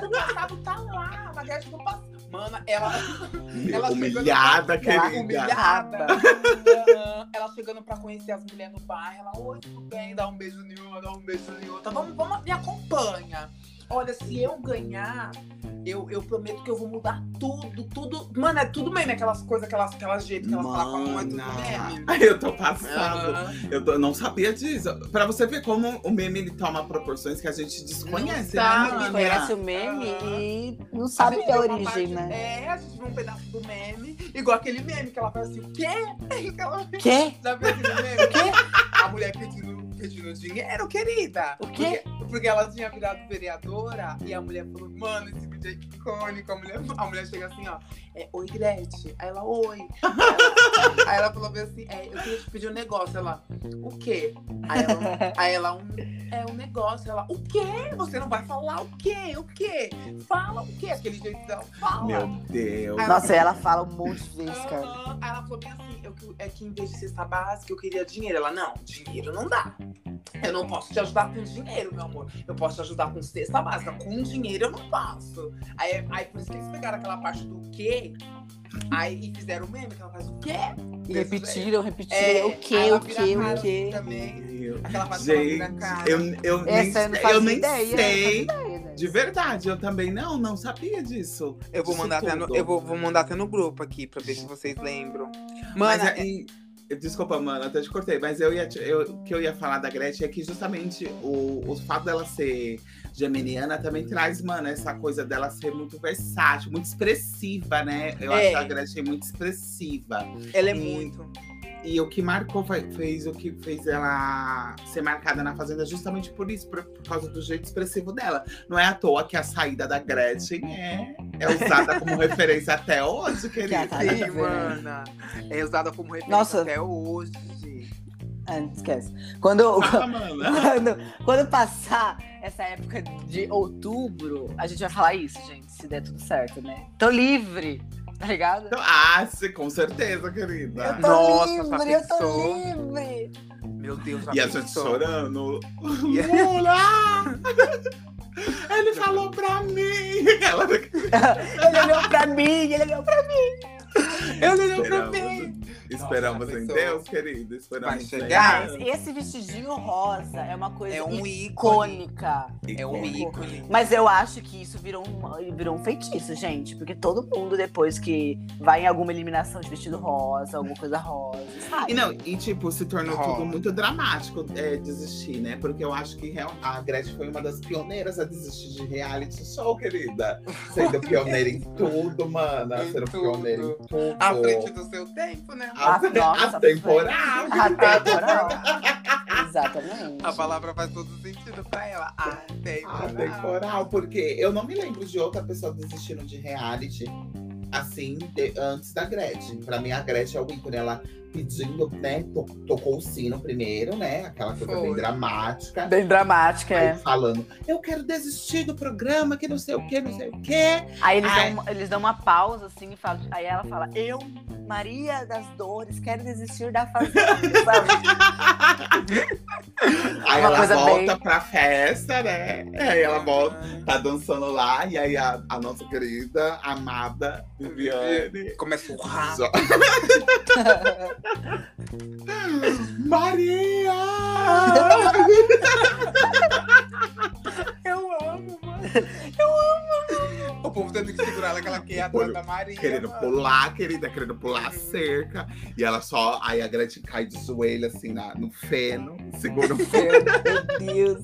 [SPEAKER 3] do passado tá lá, a Gretchen do passado. Mana, ela... Ela
[SPEAKER 2] Humilhada,
[SPEAKER 1] chegando-
[SPEAKER 2] querida.
[SPEAKER 3] Humilhada. Aham. ela chegando pra conhecer as mulheres no bairro. Ela, oi, tudo bem? Dá um beijo em uma, dá um beijo em outra. Vamos, vamos, me acompanha. Olha, se eu ganhar, eu, eu prometo que eu vou mudar tudo, tudo. Mano, é tudo meme, aquelas coisas, aquelas, aquelas jeitos que elas falam com a mão, é tudo meme.
[SPEAKER 2] Mana. Eu tô passado.
[SPEAKER 3] Aham.
[SPEAKER 2] Eu tô- não sabia disso. Pra você ver como o meme ele toma proporções que a gente desconhece,
[SPEAKER 3] Não
[SPEAKER 2] né?
[SPEAKER 3] sabe,
[SPEAKER 2] mana?
[SPEAKER 1] Conhece o meme
[SPEAKER 3] Aham.
[SPEAKER 1] e não
[SPEAKER 3] A
[SPEAKER 1] sabe
[SPEAKER 3] gente
[SPEAKER 1] a
[SPEAKER 3] vê uma parte-
[SPEAKER 1] origem, né?
[SPEAKER 3] É, a gente vê um pedaço do meme, igual aquele meme que ela faz assim, o quê? Aquela-
[SPEAKER 1] Quê?
[SPEAKER 3] Sabe aquele meme? é? O quê? A mulher pedindo, pedindo dinheiro, querida.
[SPEAKER 1] O quê?
[SPEAKER 3] Porque, porque ela tinha virado vereadora e a mulher falou, mano, esse vídeo é icônico. A mulher, a mulher chega assim, ó, é, oi, Gretchen. Aí ela, oi. Aí ela, aí ela falou bem assim, é, eu queria te pedir um negócio. Ela, o quê? Aí ela, aí ela, um, é um negócio. Ela, o quê? Você não vai falar o quê? O quê? Fala o quê? Aquele jeito dela, fala.
[SPEAKER 2] Meu Deus.
[SPEAKER 3] Ah,
[SPEAKER 1] Nossa, ela fala um monte de vezes, cara.
[SPEAKER 3] Aham. Aí ela falou bem assim, eu, que- é que em vez de cesta básica, eu queria dinheiro. Ela, não, dinheiro não dá. Eu não posso te ajudar com dinheiro, meu amor. Eu posso te ajudar com cesta básica. Com dinheiro eu não posso. Aí, aí por isso que eles pegaram aquela parte do quê? Aí e fizeram o meme, que ela faz o quê?
[SPEAKER 1] E
[SPEAKER 3] Desse jeito.
[SPEAKER 1] repetiram, repetiram.
[SPEAKER 3] É,
[SPEAKER 1] o
[SPEAKER 3] aí
[SPEAKER 1] quê?
[SPEAKER 3] ela
[SPEAKER 1] O
[SPEAKER 3] vira
[SPEAKER 1] quê?
[SPEAKER 3] a cara
[SPEAKER 1] O quê?
[SPEAKER 3] Também.
[SPEAKER 2] Meu
[SPEAKER 3] Aquela parte que ela
[SPEAKER 2] Gente,
[SPEAKER 3] vira a cara.
[SPEAKER 2] eu, eu nem,
[SPEAKER 1] Essa eu não
[SPEAKER 2] sei-
[SPEAKER 1] fazia
[SPEAKER 2] eu nem
[SPEAKER 1] ideia, né? eu não
[SPEAKER 2] sei.
[SPEAKER 1] fazia ideia dessa.
[SPEAKER 2] De verdade, eu também não, não sabia disso.
[SPEAKER 3] Eu vou
[SPEAKER 2] Isso
[SPEAKER 3] mandar até no,
[SPEAKER 2] tudo.
[SPEAKER 3] eu vou, vou mandar até no grupo aqui pra ver se vocês lembram. é,
[SPEAKER 2] Mas
[SPEAKER 3] Mano,
[SPEAKER 2] aí- Desculpa, mano, até te cortei, mas eu ia, te- eu, o que eu ia falar da Gretchen é que justamente o, o fato dela ser geminiana também traz, mano, essa coisa dela ser muito versátil, muito expressiva, né? Eu
[SPEAKER 3] É.
[SPEAKER 2] acho a Gretchen muito expressiva.
[SPEAKER 3] ela é
[SPEAKER 2] e-
[SPEAKER 3] muito.
[SPEAKER 2] E o que marcou foi- fez o que fez ela ser marcada na Fazenda justamente por isso, por, por causa do jeito expressivo dela. Não é à toa que a saída da Gretchen é, é usada como referência até hoje, querida.
[SPEAKER 1] tá-
[SPEAKER 3] Sim,
[SPEAKER 1] Nada a ver,
[SPEAKER 3] mana. É usada como referência
[SPEAKER 1] Nossa.
[SPEAKER 3] até hoje.
[SPEAKER 1] Ah, esquece. Quando,
[SPEAKER 2] Fala, mana.
[SPEAKER 1] quando, quando passar essa época de outubro, a gente vai falar isso, gente, se der tudo certo, né? Tô livre, tá ligado?
[SPEAKER 2] Então, ah, sim, com certeza, querida.
[SPEAKER 1] Eu tô
[SPEAKER 3] Nossa,
[SPEAKER 1] livre,
[SPEAKER 3] já
[SPEAKER 1] eu tô
[SPEAKER 3] pensou?
[SPEAKER 1] livre.
[SPEAKER 3] Meu Deus, já
[SPEAKER 2] E a gente
[SPEAKER 3] pensou?
[SPEAKER 2] chorando.
[SPEAKER 3] E a-
[SPEAKER 2] Lula! Ele falou pra mim! Ela
[SPEAKER 1] Ele olhou pra mim, ele olhou pra
[SPEAKER 3] Eu não
[SPEAKER 2] esperamos, esperamos
[SPEAKER 3] Nossa,
[SPEAKER 2] em
[SPEAKER 3] pessoa.
[SPEAKER 2] Deus, querida. Esperamos
[SPEAKER 3] Vai
[SPEAKER 2] em
[SPEAKER 3] chegar?
[SPEAKER 2] Deus.
[SPEAKER 1] mim. Esse vestidinho rosa é uma coisa
[SPEAKER 3] É um ícone.
[SPEAKER 1] icônica.
[SPEAKER 3] É um ícone.
[SPEAKER 1] Mas eu acho que isso virou um, virou um feitiço, gente. Porque todo mundo, depois que vai em alguma eliminação de vestido rosa, alguma coisa rosa,
[SPEAKER 2] E
[SPEAKER 1] sabe?
[SPEAKER 2] não, e tipo, se tornou
[SPEAKER 3] Rola.
[SPEAKER 2] tudo muito dramático é, desistir, né? Porque eu acho que real- a Gretchen foi uma das pioneiras a desistir de reality show, querida. Sendo pioneira em tudo, mana.
[SPEAKER 3] Em
[SPEAKER 2] Sendo
[SPEAKER 3] tudo.
[SPEAKER 2] pioneira em tudo.
[SPEAKER 3] À frente do seu tempo, né?
[SPEAKER 1] Ah,
[SPEAKER 2] As-
[SPEAKER 1] nossa,
[SPEAKER 2] as temporadas.
[SPEAKER 1] Até Ah, tá, agora, ó. Exatamente.
[SPEAKER 3] A palavra faz todo sentido pra ela. Atemporal.
[SPEAKER 2] Ah, temporal, porque eu não me lembro de outra pessoa desistindo de reality assim, de- antes da Gretchen. Pra mim, a Gretchen é o ícone, ela pedindo, né? to- tocou o sino primeiro, né? Aquela coisa bem
[SPEAKER 3] Foi.
[SPEAKER 2] dramática.
[SPEAKER 1] Bem dramática,
[SPEAKER 2] Aí
[SPEAKER 1] é.
[SPEAKER 2] Falando, eu quero desistir do programa, que não sei o que, não sei o que.
[SPEAKER 1] Aí eles,
[SPEAKER 2] Ai.
[SPEAKER 1] dão, eles dão uma pausa, assim, e falam, aí ela fala, eu, Maria das Dores, quero desistir da fazenda, sabe?
[SPEAKER 2] Aí
[SPEAKER 1] Uma
[SPEAKER 2] ela
[SPEAKER 1] coisa
[SPEAKER 2] volta
[SPEAKER 1] bem-
[SPEAKER 2] pra festa, né? Aí ela volta, tá dançando lá, e aí a, a nossa querida, amada Viviane.
[SPEAKER 3] Começa a urrar.
[SPEAKER 2] jo- Maria!
[SPEAKER 3] Eu amo, mano. Eu amo. O povo tendo que segurar ela, que ela quer ir atrás da Maria.
[SPEAKER 2] querendo
[SPEAKER 3] mano.
[SPEAKER 2] pular, querida, querendo pular a cerca. E ela só. Aí a Gretchen cai de joelho, assim, na, no feno, segura o feno.
[SPEAKER 1] Meu Deus.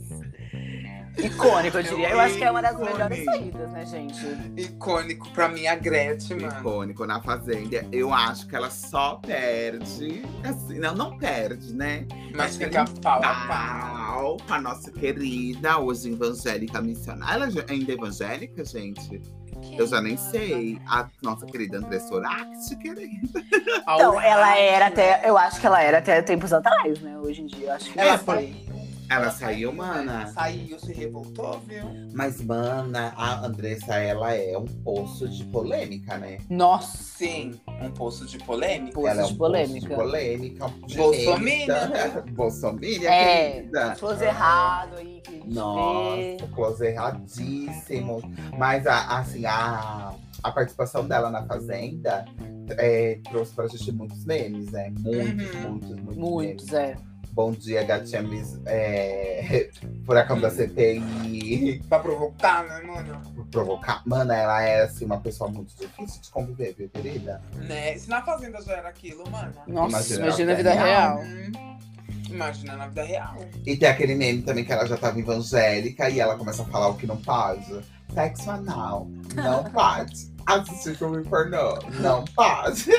[SPEAKER 1] Icônico, eu diria. Eu acho que é uma das
[SPEAKER 2] Icônico.
[SPEAKER 1] melhores saídas, né, gente?
[SPEAKER 3] Icônico pra mim a Gretchen, mano.
[SPEAKER 2] icônico na Fazenda. Eu acho que ela só perde. Assim, não, não perde, né?
[SPEAKER 3] Mas fica pau a pau.
[SPEAKER 2] Pau a nossa querida, hoje evangélica missionária. Ela já- ainda é evangélica, gente? Eu já nem sei. A nossa querida Andressa Orax, querida.
[SPEAKER 1] Então, ela era
[SPEAKER 2] né?
[SPEAKER 1] até, eu acho que ela era até tempos atrás, né? Hoje em dia, eu acho que
[SPEAKER 2] Ela
[SPEAKER 1] ela
[SPEAKER 3] Ela
[SPEAKER 1] foi.
[SPEAKER 3] saiu.
[SPEAKER 2] Ela
[SPEAKER 3] é
[SPEAKER 2] saiu, mana.
[SPEAKER 3] Saiu, se revoltou, viu?
[SPEAKER 2] Mas, mana, a Andressa, ela é um poço de polêmica, né?
[SPEAKER 1] Nossa,
[SPEAKER 3] Sim, um poço de polêmica.
[SPEAKER 1] Poço
[SPEAKER 2] ela é
[SPEAKER 1] de
[SPEAKER 2] um
[SPEAKER 1] polêmica.
[SPEAKER 2] poço de polêmica. de
[SPEAKER 3] Bolsominion,
[SPEAKER 2] hater.
[SPEAKER 3] né?
[SPEAKER 2] Bolsominion,
[SPEAKER 1] É.
[SPEAKER 2] querida.
[SPEAKER 1] close errado aí que a gente vê.
[SPEAKER 2] né? Nossa, close é erradíssimo. Mas, a- assim, a, a participação dela na Fazenda é, trouxe pra gente muitos memes, né? Muitos,
[SPEAKER 3] Uhum.
[SPEAKER 2] muitos, muitos, memes.
[SPEAKER 1] Muitos, é.
[SPEAKER 2] Bom dia, gatinha Miss... É, furacão da CPI.
[SPEAKER 3] Pra provocar, né, mano?
[SPEAKER 2] Provocar. Mano, ela é, assim, uma pessoa muito difícil de conviver, viu, querida?
[SPEAKER 3] Né? Se na fazenda já era aquilo, mano.
[SPEAKER 1] Nossa,
[SPEAKER 2] Imagina,
[SPEAKER 1] imagina a
[SPEAKER 2] é
[SPEAKER 1] vida real.
[SPEAKER 3] Hum, Imagina na vida real.
[SPEAKER 2] E tem aquele meme também que ela já tava evangélica e ela começa a falar o que não pode. Sexo anal, não pode. Assistir filme pornô, não pode.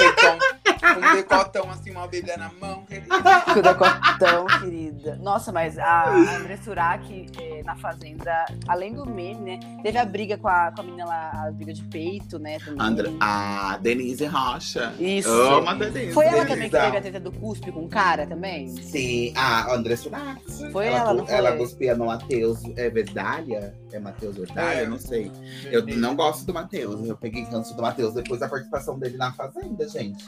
[SPEAKER 3] Então, um decotão assim, uma bíblia na mão, querida.
[SPEAKER 1] Que o decotão, querida. Nossa, mas a André Surak eh, na Fazenda, além do meme, né? Teve a briga com a, com a menina lá, a briga de peito, né? Também.
[SPEAKER 2] a Denise Rocha.
[SPEAKER 1] Isso.
[SPEAKER 2] Ama a Denise.
[SPEAKER 1] Foi ela também
[SPEAKER 2] Denise,
[SPEAKER 1] que teve a treta do cuspe com o cara também?
[SPEAKER 2] Sim, a André Sunax.
[SPEAKER 1] Foi
[SPEAKER 2] ela,
[SPEAKER 1] ela, não foi?
[SPEAKER 2] Ela cuspia no Matheus é Vedalha? É Matheus Vedalha? Eu não sei. Eu não gosto do Matheus. Eu peguei ranço do Matheus depois da participação dele na Fazenda, gente.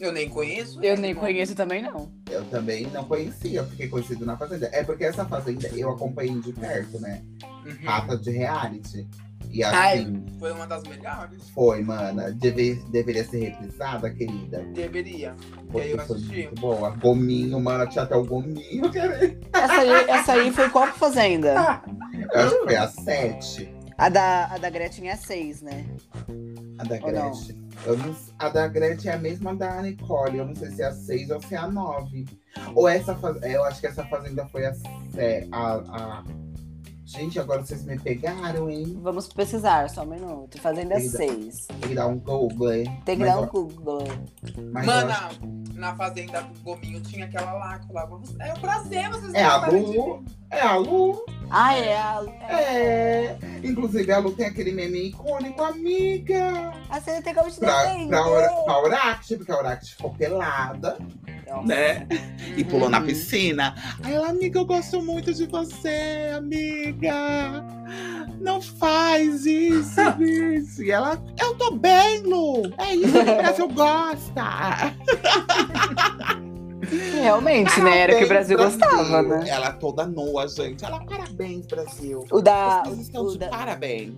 [SPEAKER 3] Eu nem conheço.
[SPEAKER 1] Eu nem conheço também, não.
[SPEAKER 2] Eu também não conhecia, fiquei conhecido na Fazenda. É porque essa Fazenda eu acompanhei de perto, né?
[SPEAKER 3] Uhum.
[SPEAKER 2] Rata de reality. E assim,
[SPEAKER 1] Ai.
[SPEAKER 3] Foi uma das melhores.
[SPEAKER 2] foi, mana. Deve, deveria ser reprisada, querida.
[SPEAKER 3] Deveria. E aí
[SPEAKER 2] Porque
[SPEAKER 3] eu
[SPEAKER 2] foi
[SPEAKER 3] assisti.
[SPEAKER 2] muito boa. Gominho, mana, tinha até o gominho, querida.
[SPEAKER 1] Essa aí, essa aí foi qual fazenda?
[SPEAKER 2] Eu acho que foi a 7.
[SPEAKER 1] A da, a da Gretchen é a 6, né?
[SPEAKER 2] A da
[SPEAKER 1] Ou não?
[SPEAKER 2] Gretchen. Eu não- a da Gretchen é a mesma da Nicole. Eu não sei se é a 6 ou se é a 9. Ou essa faz- Eu acho que essa fazenda foi a, se- a, a- Gente, agora vocês me pegaram, hein?
[SPEAKER 1] Vamos precisar, só um minuto. Fazenda
[SPEAKER 2] Querida.
[SPEAKER 1] 6.
[SPEAKER 2] Tem que dar um Google, hein?
[SPEAKER 1] Tem que
[SPEAKER 2] Mas
[SPEAKER 1] dar um
[SPEAKER 2] eu-
[SPEAKER 1] Google.
[SPEAKER 2] mas eu acho-
[SPEAKER 3] Mana, na fazenda do Gominho tinha aquela lá que eu falava, É um prazer vocês
[SPEAKER 2] É a
[SPEAKER 3] gostarem de
[SPEAKER 2] Lu.
[SPEAKER 3] mim."
[SPEAKER 2] É a Lu.
[SPEAKER 1] Ah, é a. É.
[SPEAKER 2] É. Inclusive, a Lu tem aquele meme icônico, amiga.
[SPEAKER 1] A Cena tem como te
[SPEAKER 2] Pra,
[SPEAKER 1] defender.
[SPEAKER 2] pra, Ora- pra Oracle, porque a Oracle ficou pelada.
[SPEAKER 1] Nossa.
[SPEAKER 2] né? E pulou na
[SPEAKER 1] Uhum.
[SPEAKER 2] piscina. Aí ela, amiga, eu gosto muito de você, amiga. Não faz isso, isso. E ela, eu tô bem, Lu. É isso que o Brasil gosta.
[SPEAKER 1] Realmente, né? Era o que o Brasil
[SPEAKER 2] Parabéns,
[SPEAKER 1] gostava,
[SPEAKER 2] Brasil.
[SPEAKER 1] né?
[SPEAKER 2] Ela toda nua, gente. Ela, parabéns, Brasil.
[SPEAKER 1] O da.
[SPEAKER 2] Vocês estão
[SPEAKER 1] O
[SPEAKER 2] de
[SPEAKER 1] da...
[SPEAKER 2] parabéns.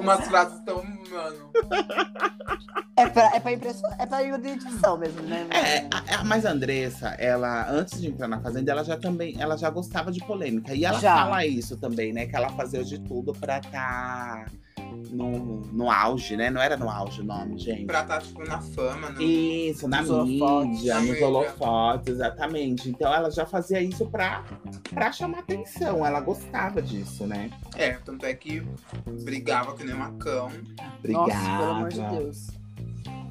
[SPEAKER 3] Umas frases tão, mano.
[SPEAKER 1] É pra, é pra impressão, é pra identificação mesmo, né?
[SPEAKER 2] É, a- a- mas a Andressa, ela, antes de entrar na Fazenda, ela já também, ela já gostava de polêmica. E ela
[SPEAKER 1] Já.
[SPEAKER 2] fala isso também, né? Que ela fazia de tudo pra tá no, no auge, né? Não era no auge o nome, gente.
[SPEAKER 3] Pra tá, tipo, na fama, né?
[SPEAKER 2] Isso, na
[SPEAKER 1] Nos holofotes.
[SPEAKER 2] mídia,
[SPEAKER 3] Na
[SPEAKER 2] nos
[SPEAKER 3] mídia.
[SPEAKER 2] holofotes, exatamente. Então ela já fazia isso pra, pra chamar atenção. Ela gostava disso, né?
[SPEAKER 3] É, tanto é que brigava que nem uma cão.
[SPEAKER 2] Obrigada.
[SPEAKER 1] Nossa, pelo amor de Deus.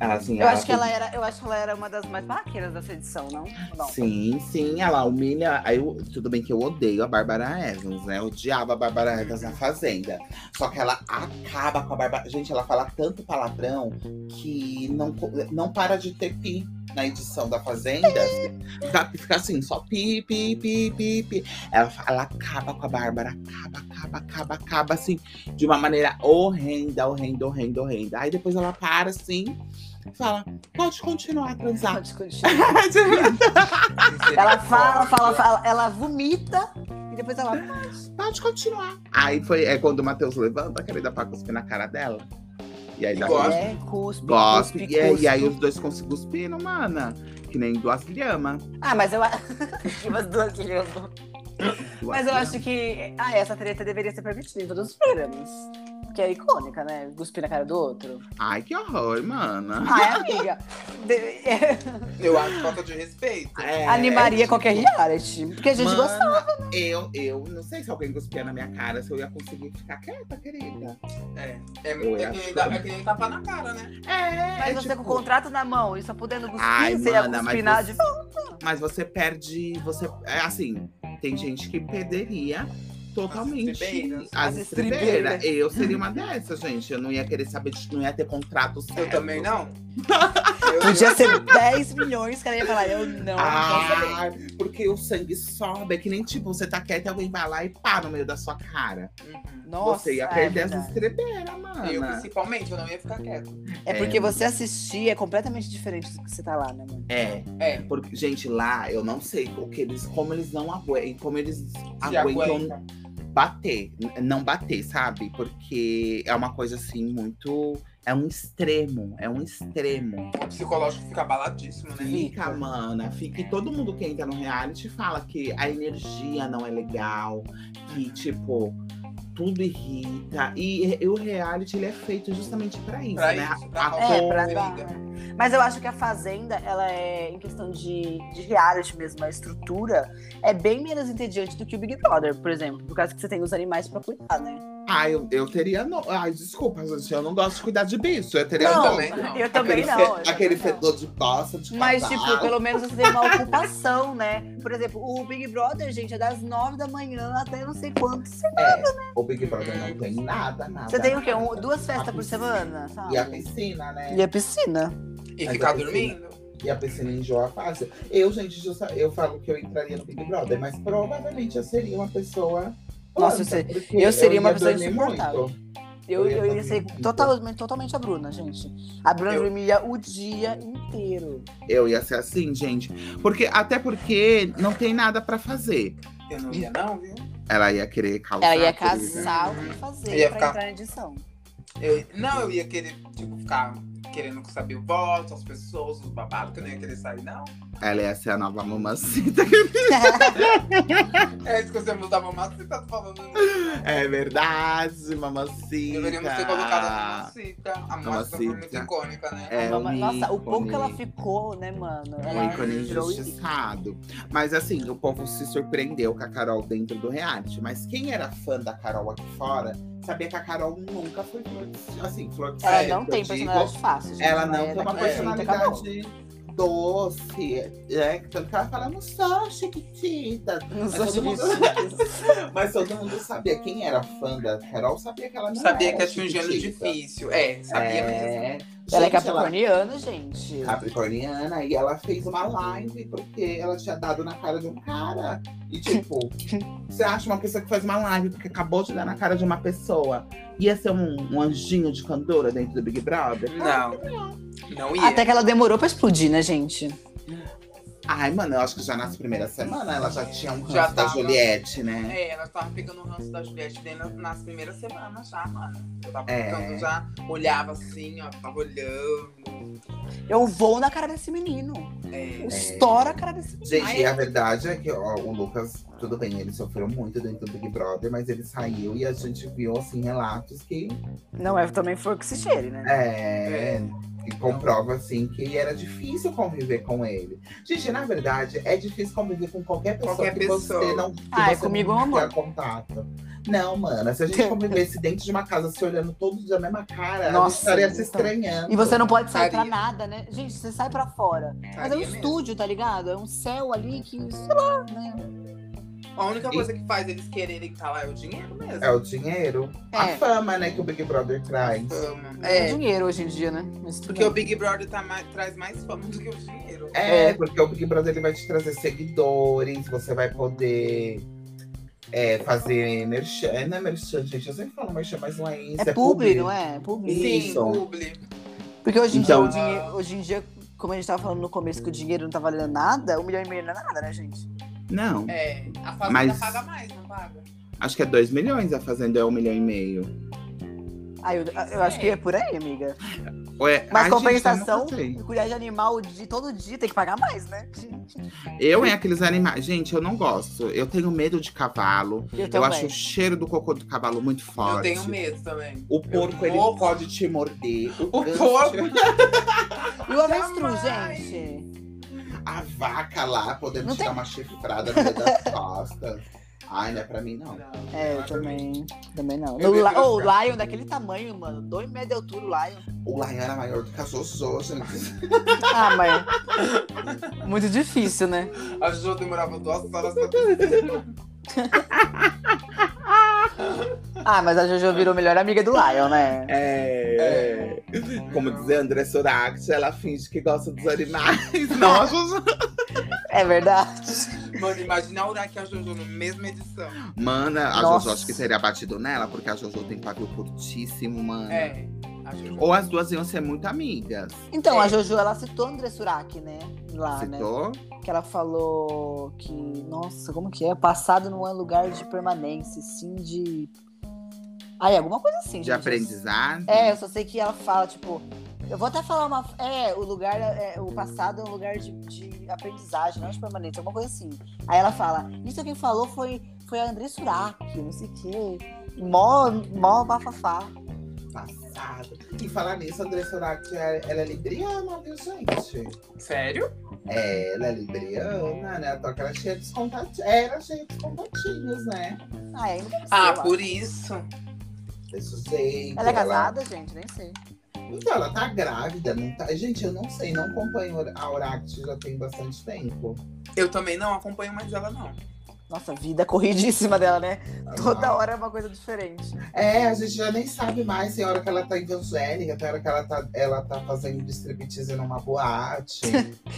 [SPEAKER 2] Ela, assim,
[SPEAKER 1] Eu acho, que ela era, eu acho que ela era uma das mais barraqueiras dessa edição, não? não.
[SPEAKER 2] Sim, sim, ela humilha. Aí, eu- tudo bem que eu odeio a Bárbara Evans, né? Eu odiava a Bárbara Evans na Fazenda. Só que ela acaba com a Bárbara. Gente, ela fala tanto palavrão que não, co- não para de ter pi na edição da Fazenda. Fica, fica assim, só pi, pi, pi, pi, pi. Ela, fa- ela acaba com a Bárbara, acaba, acaba, acaba, acaba, assim, de uma maneira horrenda, horrenda, horrenda, horrenda. Aí depois ela para assim e fala: pode continuar a transar.
[SPEAKER 1] Pode continuar. Ela fala, fala, fala, ela vomita e depois ela.
[SPEAKER 2] Pode continuar. Aí foi é quando o Matheus levanta, querendo dar pra cuspir na tá cara dela. E aí dá
[SPEAKER 3] Gosta.
[SPEAKER 1] É, cuspe,
[SPEAKER 2] Gosta.
[SPEAKER 1] cuspe,
[SPEAKER 2] E, é-
[SPEAKER 1] cuspe.
[SPEAKER 2] e aí os dois conseguem cuspindo, mana. Que nem duas lhamas.
[SPEAKER 1] Ah, mas eu. a- Umas duas línguas. Mas eu acho que. Ah, essa treta deveria ser permitida em todos os programas. Porque é icônica, né? Cuspir na cara do outro.
[SPEAKER 2] Ai, que horror, mana.
[SPEAKER 1] Ai, amiga. de-
[SPEAKER 3] Eu acho falta de respeito.
[SPEAKER 2] É,
[SPEAKER 1] Animaria qualquer reality. Porque a gente
[SPEAKER 2] Mana,
[SPEAKER 1] gostava. né?
[SPEAKER 2] Eu, eu não sei se alguém cuspia na minha cara, se eu ia conseguir ficar quieta, querida.
[SPEAKER 3] É. É,
[SPEAKER 2] Eu
[SPEAKER 3] é, que,
[SPEAKER 2] acho.
[SPEAKER 3] nem dar- é que nem tapar na cara, né?
[SPEAKER 2] É,
[SPEAKER 1] Mas
[SPEAKER 2] é
[SPEAKER 1] você
[SPEAKER 2] tipo-
[SPEAKER 1] com o contrato na mão e só podendo cuspir,
[SPEAKER 2] Ai,
[SPEAKER 1] você ia
[SPEAKER 2] mana, mas
[SPEAKER 1] cuspir na
[SPEAKER 2] você-
[SPEAKER 1] de
[SPEAKER 2] Mas você perde. Você. É assim, tem gente que perderia totalmente
[SPEAKER 3] As estribeiras.
[SPEAKER 2] as
[SPEAKER 1] As estribeiras.
[SPEAKER 2] estribeiras. Eu seria uma dessas, gente. Eu não ia querer saber, de- não ia ter contrato certo.
[SPEAKER 3] Eu também não. É. Eu-
[SPEAKER 1] Podia ser 10 milhões, cara ia falar, eu não.
[SPEAKER 2] Ah, porque o sangue sobe, é que nem tipo, você tá quieto e alguém vai lá e pá no meio da sua cara.
[SPEAKER 3] Uhum.
[SPEAKER 1] Nossa,
[SPEAKER 2] você ia
[SPEAKER 1] é
[SPEAKER 2] perder as
[SPEAKER 1] verdade.
[SPEAKER 2] estrebeiras, mano.
[SPEAKER 3] Eu, principalmente, eu não ia ficar quieto.
[SPEAKER 1] É
[SPEAKER 2] É,
[SPEAKER 1] porque
[SPEAKER 2] mano.
[SPEAKER 1] você assistir é completamente diferente do que você tá lá, né, mano?
[SPEAKER 2] É,
[SPEAKER 3] É.
[SPEAKER 2] porque, gente, lá eu não sei o que eles, como eles não aguentam, como eles
[SPEAKER 3] Se
[SPEAKER 2] aguentam
[SPEAKER 3] aguenta.
[SPEAKER 2] bater,
[SPEAKER 1] É.
[SPEAKER 2] n- não bater, sabe? Porque é uma coisa assim muito. É um extremo, é um extremo.
[SPEAKER 3] O psicológico fica É. abaladíssimo, né?
[SPEAKER 2] Fica, mana, fica. E todo mundo que entra no reality fala que a energia não é legal, que, tipo, tudo irrita. E, e o reality ele é feito justamente pra isso,
[SPEAKER 3] Pra
[SPEAKER 2] né?
[SPEAKER 3] isso, pra
[SPEAKER 2] A-
[SPEAKER 1] É,
[SPEAKER 3] Ou
[SPEAKER 1] pra
[SPEAKER 3] briga.
[SPEAKER 1] dar- Mas eu acho que a Fazenda, ela é, em questão de, de reality mesmo, a estrutura é bem menos entediante do que o Big Brother, por exemplo. Por causa que você tem os animais pra cuidar, né?
[SPEAKER 2] Ah, eu, eu teria. No... Ai, desculpa, gente, eu não gosto de cuidar de bicho. Eu teria.
[SPEAKER 3] Eu
[SPEAKER 1] Não,
[SPEAKER 3] também não.
[SPEAKER 1] Eu também
[SPEAKER 2] aquele
[SPEAKER 1] não.
[SPEAKER 2] fe- Tá.
[SPEAKER 1] eu também
[SPEAKER 2] Aquele
[SPEAKER 1] não.
[SPEAKER 2] fedor de bosta, de
[SPEAKER 1] Mas,
[SPEAKER 2] casal.
[SPEAKER 1] tipo, pelo menos você tem uma ocupação, né? Por exemplo, o Big Brother, gente, é das 9 da manhã até não sei quanto. Você
[SPEAKER 2] É, o Big Brother não tem nada, nada.
[SPEAKER 1] né? você tem o quê? Um-
[SPEAKER 2] nada.
[SPEAKER 1] duas festas por
[SPEAKER 2] piscina.
[SPEAKER 1] semana, sabe?
[SPEAKER 2] E a piscina, né?
[SPEAKER 1] E a piscina.
[SPEAKER 3] E
[SPEAKER 2] Mas
[SPEAKER 3] ficar
[SPEAKER 2] eu prefiro.
[SPEAKER 3] dormindo.
[SPEAKER 2] E a piscina enjoa fácil. Eu, gente, justa- eu falo que eu entraria no Big Brother, mas provavelmente eu seria uma pessoa.
[SPEAKER 1] Nossa,
[SPEAKER 2] planta,
[SPEAKER 1] eu sei-
[SPEAKER 2] porque
[SPEAKER 1] eu seria uma
[SPEAKER 2] ia
[SPEAKER 1] pessoa
[SPEAKER 2] dormir
[SPEAKER 1] insuportável.
[SPEAKER 2] muito.
[SPEAKER 1] Eu,
[SPEAKER 2] Eu ia
[SPEAKER 1] eu ia
[SPEAKER 2] fazer
[SPEAKER 1] ser
[SPEAKER 2] isso.
[SPEAKER 1] totalmente, totalmente a Bruna, gente. A Bruna
[SPEAKER 3] Eu-
[SPEAKER 1] dormia o dia inteiro.
[SPEAKER 2] Eu ia ser assim, gente. Porque, até porque não tem nada pra fazer.
[SPEAKER 3] Eu não ia, não, viu?
[SPEAKER 2] Ela ia querer causar.
[SPEAKER 1] Ela ia
[SPEAKER 2] querida.
[SPEAKER 1] casar o
[SPEAKER 3] querida.
[SPEAKER 1] que fazer
[SPEAKER 3] Ia
[SPEAKER 1] pra
[SPEAKER 3] ficar-
[SPEAKER 1] entrar na edição.
[SPEAKER 3] Eu- não, eu ia querer, tipo, ficar querendo saber o voto, as pessoas, os babados, que eu não ia querer sair, não.
[SPEAKER 2] Ela ia ser a nova mamacita.
[SPEAKER 3] É, esquecemos da mamata, você tá falando.
[SPEAKER 2] É verdade, mamacita.
[SPEAKER 3] Deveríamos ter colocado a mamacita. A mamacita foi muito
[SPEAKER 2] Mamacita.
[SPEAKER 3] icônica, né?
[SPEAKER 2] É,
[SPEAKER 1] Mama-
[SPEAKER 2] um
[SPEAKER 1] Nossa, o pouco
[SPEAKER 2] ícone.
[SPEAKER 1] que ela ficou, né, mano?
[SPEAKER 2] Um
[SPEAKER 1] Ela
[SPEAKER 2] ícone
[SPEAKER 1] virou
[SPEAKER 2] injustiçado. Mas assim, o povo se surpreendeu com a Carol dentro do reality. Mas quem era fã da Carol aqui fora sabia que a Carol nunca foi flor de- assim, flor de
[SPEAKER 1] Ela
[SPEAKER 2] seco,
[SPEAKER 1] É, não tem
[SPEAKER 2] eu digo.
[SPEAKER 1] personalidade fácil. gente.
[SPEAKER 2] Ela não
[SPEAKER 1] é
[SPEAKER 2] tem uma
[SPEAKER 1] daquele jeito, acabou.
[SPEAKER 2] personalidade doce. Né? Tanto que ela fala, não sou chiquitita.
[SPEAKER 1] Não sou
[SPEAKER 2] Mas é todo mundo-
[SPEAKER 1] difícil.
[SPEAKER 2] Mas todo mundo sabia. Quem era fã da Carol sabia que ela não
[SPEAKER 3] Sabia
[SPEAKER 2] era
[SPEAKER 3] que tinha um gênero
[SPEAKER 2] É, chiquitita.
[SPEAKER 3] difícil. É, sabia mesmo.
[SPEAKER 2] É.
[SPEAKER 1] Ela é
[SPEAKER 2] Gente,
[SPEAKER 1] capricorniana, gente.
[SPEAKER 2] capricorniana e ela fez uma live porque ela tinha dado na cara de um cara. E tipo, você acha uma pessoa que faz uma live porque acabou de dar na cara de uma pessoa, ia ser um, um anjinho de candora dentro do Big Brother?
[SPEAKER 3] Não. Não ia.
[SPEAKER 1] Até que ela demorou pra explodir, né, gente?
[SPEAKER 2] Ai, mano, eu acho que já nas primeiras semanas ela já tinha um ranço
[SPEAKER 3] Já
[SPEAKER 2] da
[SPEAKER 3] tava.
[SPEAKER 2] Juliette, né?
[SPEAKER 3] É, ela tava pegando o ranço da Juliette dentro nas primeiras semanas já, mano. Eu tava
[SPEAKER 2] É.
[SPEAKER 3] ficando já, olhava assim, ó, tava olhando.
[SPEAKER 1] Eu vou na cara desse menino.
[SPEAKER 3] É.
[SPEAKER 1] Eu estouro a cara desse menino.
[SPEAKER 2] Gente,
[SPEAKER 1] Ai,
[SPEAKER 2] e a verdade é que ó, o Lucas, tudo bem, ele sofreu muito dentro do Big Brother, mas ele saiu e a gente viu, assim, relatos que
[SPEAKER 3] É.
[SPEAKER 1] Não é também foi que se cheire, né?
[SPEAKER 2] É. E comprova, assim, que era difícil conviver com ele. Gente, na verdade, é difícil conviver com qualquer pessoa
[SPEAKER 3] Qualquer
[SPEAKER 2] que você
[SPEAKER 3] pessoa.
[SPEAKER 2] não que
[SPEAKER 1] Ai,
[SPEAKER 2] você
[SPEAKER 1] comigo é um
[SPEAKER 2] não
[SPEAKER 1] amor.
[SPEAKER 2] tenha contato. Não, mana, se a gente convivesse dentro de uma casa se olhando todos da mesma
[SPEAKER 1] Nossa,
[SPEAKER 2] cara, Nossa, estaria se
[SPEAKER 1] então.
[SPEAKER 2] estranhando.
[SPEAKER 1] E você não pode sair pra
[SPEAKER 3] Faria.
[SPEAKER 1] nada, né? Gente, você sai pra fora. Mas é um
[SPEAKER 3] Faria mesmo.
[SPEAKER 1] estúdio, tá ligado? É um céu ali que, sei lá, né?
[SPEAKER 3] A única coisa que faz eles quererem estar lá é o dinheiro mesmo.
[SPEAKER 2] É o dinheiro. A
[SPEAKER 1] É.
[SPEAKER 2] fama, né, que o Big Brother traz.
[SPEAKER 3] Fama. É,
[SPEAKER 1] É. dinheiro hoje em dia, né? Mas tudo
[SPEAKER 3] porque o
[SPEAKER 1] bem.
[SPEAKER 3] Big Brother tá mais- traz mais fama do que o dinheiro.
[SPEAKER 2] É,
[SPEAKER 1] É.
[SPEAKER 2] porque o Big Brother ele vai te trazer seguidores, você vai poder é, fazer merchan. Não é merchan, gente, eu sempre falo merchan, mas não é isso.
[SPEAKER 1] é público, não é? É público.
[SPEAKER 3] Sim,
[SPEAKER 2] Isso.
[SPEAKER 3] publi.
[SPEAKER 1] Porque hoje em, dia,
[SPEAKER 2] Então-
[SPEAKER 1] o dinheiro- hoje em dia, como a gente tava falando no começo, que o dinheiro não tá valendo nada, um milhão e meio não é nada, né, gente?
[SPEAKER 2] Não,
[SPEAKER 3] É, a fazenda
[SPEAKER 2] Mas-
[SPEAKER 3] paga mais, não paga?
[SPEAKER 2] acho que é 2 milhões, a Fazenda é 1 um milhão e meio.
[SPEAKER 1] Ah, eu, eu acho que é por aí, amiga.
[SPEAKER 2] Ou é-
[SPEAKER 1] Mas
[SPEAKER 2] Ai, gente, eu
[SPEAKER 1] compensação,
[SPEAKER 2] não sei.
[SPEAKER 1] cuidar de animal de todo dia tem que pagar mais, né?
[SPEAKER 2] Eu é aqueles animais. Gente, eu não gosto. Eu tenho medo de cavalo.
[SPEAKER 1] Eu
[SPEAKER 2] Eu
[SPEAKER 1] também.
[SPEAKER 2] acho o cheiro do cocô do cavalo muito forte.
[SPEAKER 3] Eu tenho medo também.
[SPEAKER 2] O porco, ele
[SPEAKER 3] morro.
[SPEAKER 2] pode te morder. O,
[SPEAKER 3] O
[SPEAKER 2] ganso-
[SPEAKER 3] porco.
[SPEAKER 1] E o avestruz,
[SPEAKER 3] Jamais!
[SPEAKER 1] gente?
[SPEAKER 2] A vaca lá podendo
[SPEAKER 1] Não
[SPEAKER 2] te dar uma chifrada no meio das costas. Ai, não é pra mim, não.
[SPEAKER 1] É, eu também. Também não.
[SPEAKER 3] Eu
[SPEAKER 1] O,
[SPEAKER 3] ia
[SPEAKER 1] la-
[SPEAKER 3] gostar.
[SPEAKER 1] Ô, o Lion daquele tamanho, mano. Dois metros de altura o Lion.
[SPEAKER 2] O Lion era maior do que a Zozo, gente.
[SPEAKER 1] Ah, mas. Muito difícil, né?
[SPEAKER 3] A Jo demorava duas horas pra piscina.
[SPEAKER 1] Ah, mas a Jojo virou melhor amiga do Lion, né?
[SPEAKER 2] É, Como dizer André Soracte, ela finge que gosta dos animais. Não, a Zozo.
[SPEAKER 1] É verdade.
[SPEAKER 3] Mano, imagina a Uraki e a Jojo na mesma edição.
[SPEAKER 2] Mana, a
[SPEAKER 1] Nossa.
[SPEAKER 2] Jojo acho que teria batido nela, porque a Jojo tem pavio curtíssimo, mano.
[SPEAKER 3] É. A Jojo.
[SPEAKER 2] Ou as duas iam ser muito amigas.
[SPEAKER 1] Então,
[SPEAKER 3] É.
[SPEAKER 1] a Jojo, ela citou André Suraki, né? Lá, né?
[SPEAKER 2] Citou?
[SPEAKER 1] Que ela falou que, nossa, como que é? Passado não é lugar de permanência, sim de. Ai, alguma coisa assim,
[SPEAKER 2] De
[SPEAKER 1] gente.
[SPEAKER 2] aprendizagem.
[SPEAKER 1] É, eu só sei que ela fala, tipo. Eu vou até falar uma. É, o lugar. é, o passado é um lugar de, de aprendizagem, não de permanência, alguma coisa assim. Aí ela fala: Isso quem falou foi, foi a André Suraki, não sei o quê. Mó, mó bafafá.
[SPEAKER 2] Passado. E falar nisso, a André Soracte, ela é libriana, viu, gente?
[SPEAKER 3] Sério?
[SPEAKER 2] É, ela é libriana, né? Então, ela cheia dos contatinhos. Era cheia dos contatinhos, né?
[SPEAKER 1] Ah, é, não
[SPEAKER 3] Ah, por isso.
[SPEAKER 2] Desse jeito.
[SPEAKER 1] Ela é casada, gente? Nem sei.
[SPEAKER 2] Então, ela tá grávida, não tá. Gente, eu não sei, não acompanho a Oracle já tem bastante tempo.
[SPEAKER 3] Eu também não acompanho mais ela, não.
[SPEAKER 1] Nossa, vida é corridíssima dela, né? Toda hora é uma coisa diferente.
[SPEAKER 2] É, a gente já nem sabe mais. Tem hora que ela tá evangélica, tem hora que ela tá, ela tá fazendo striptease numa boate.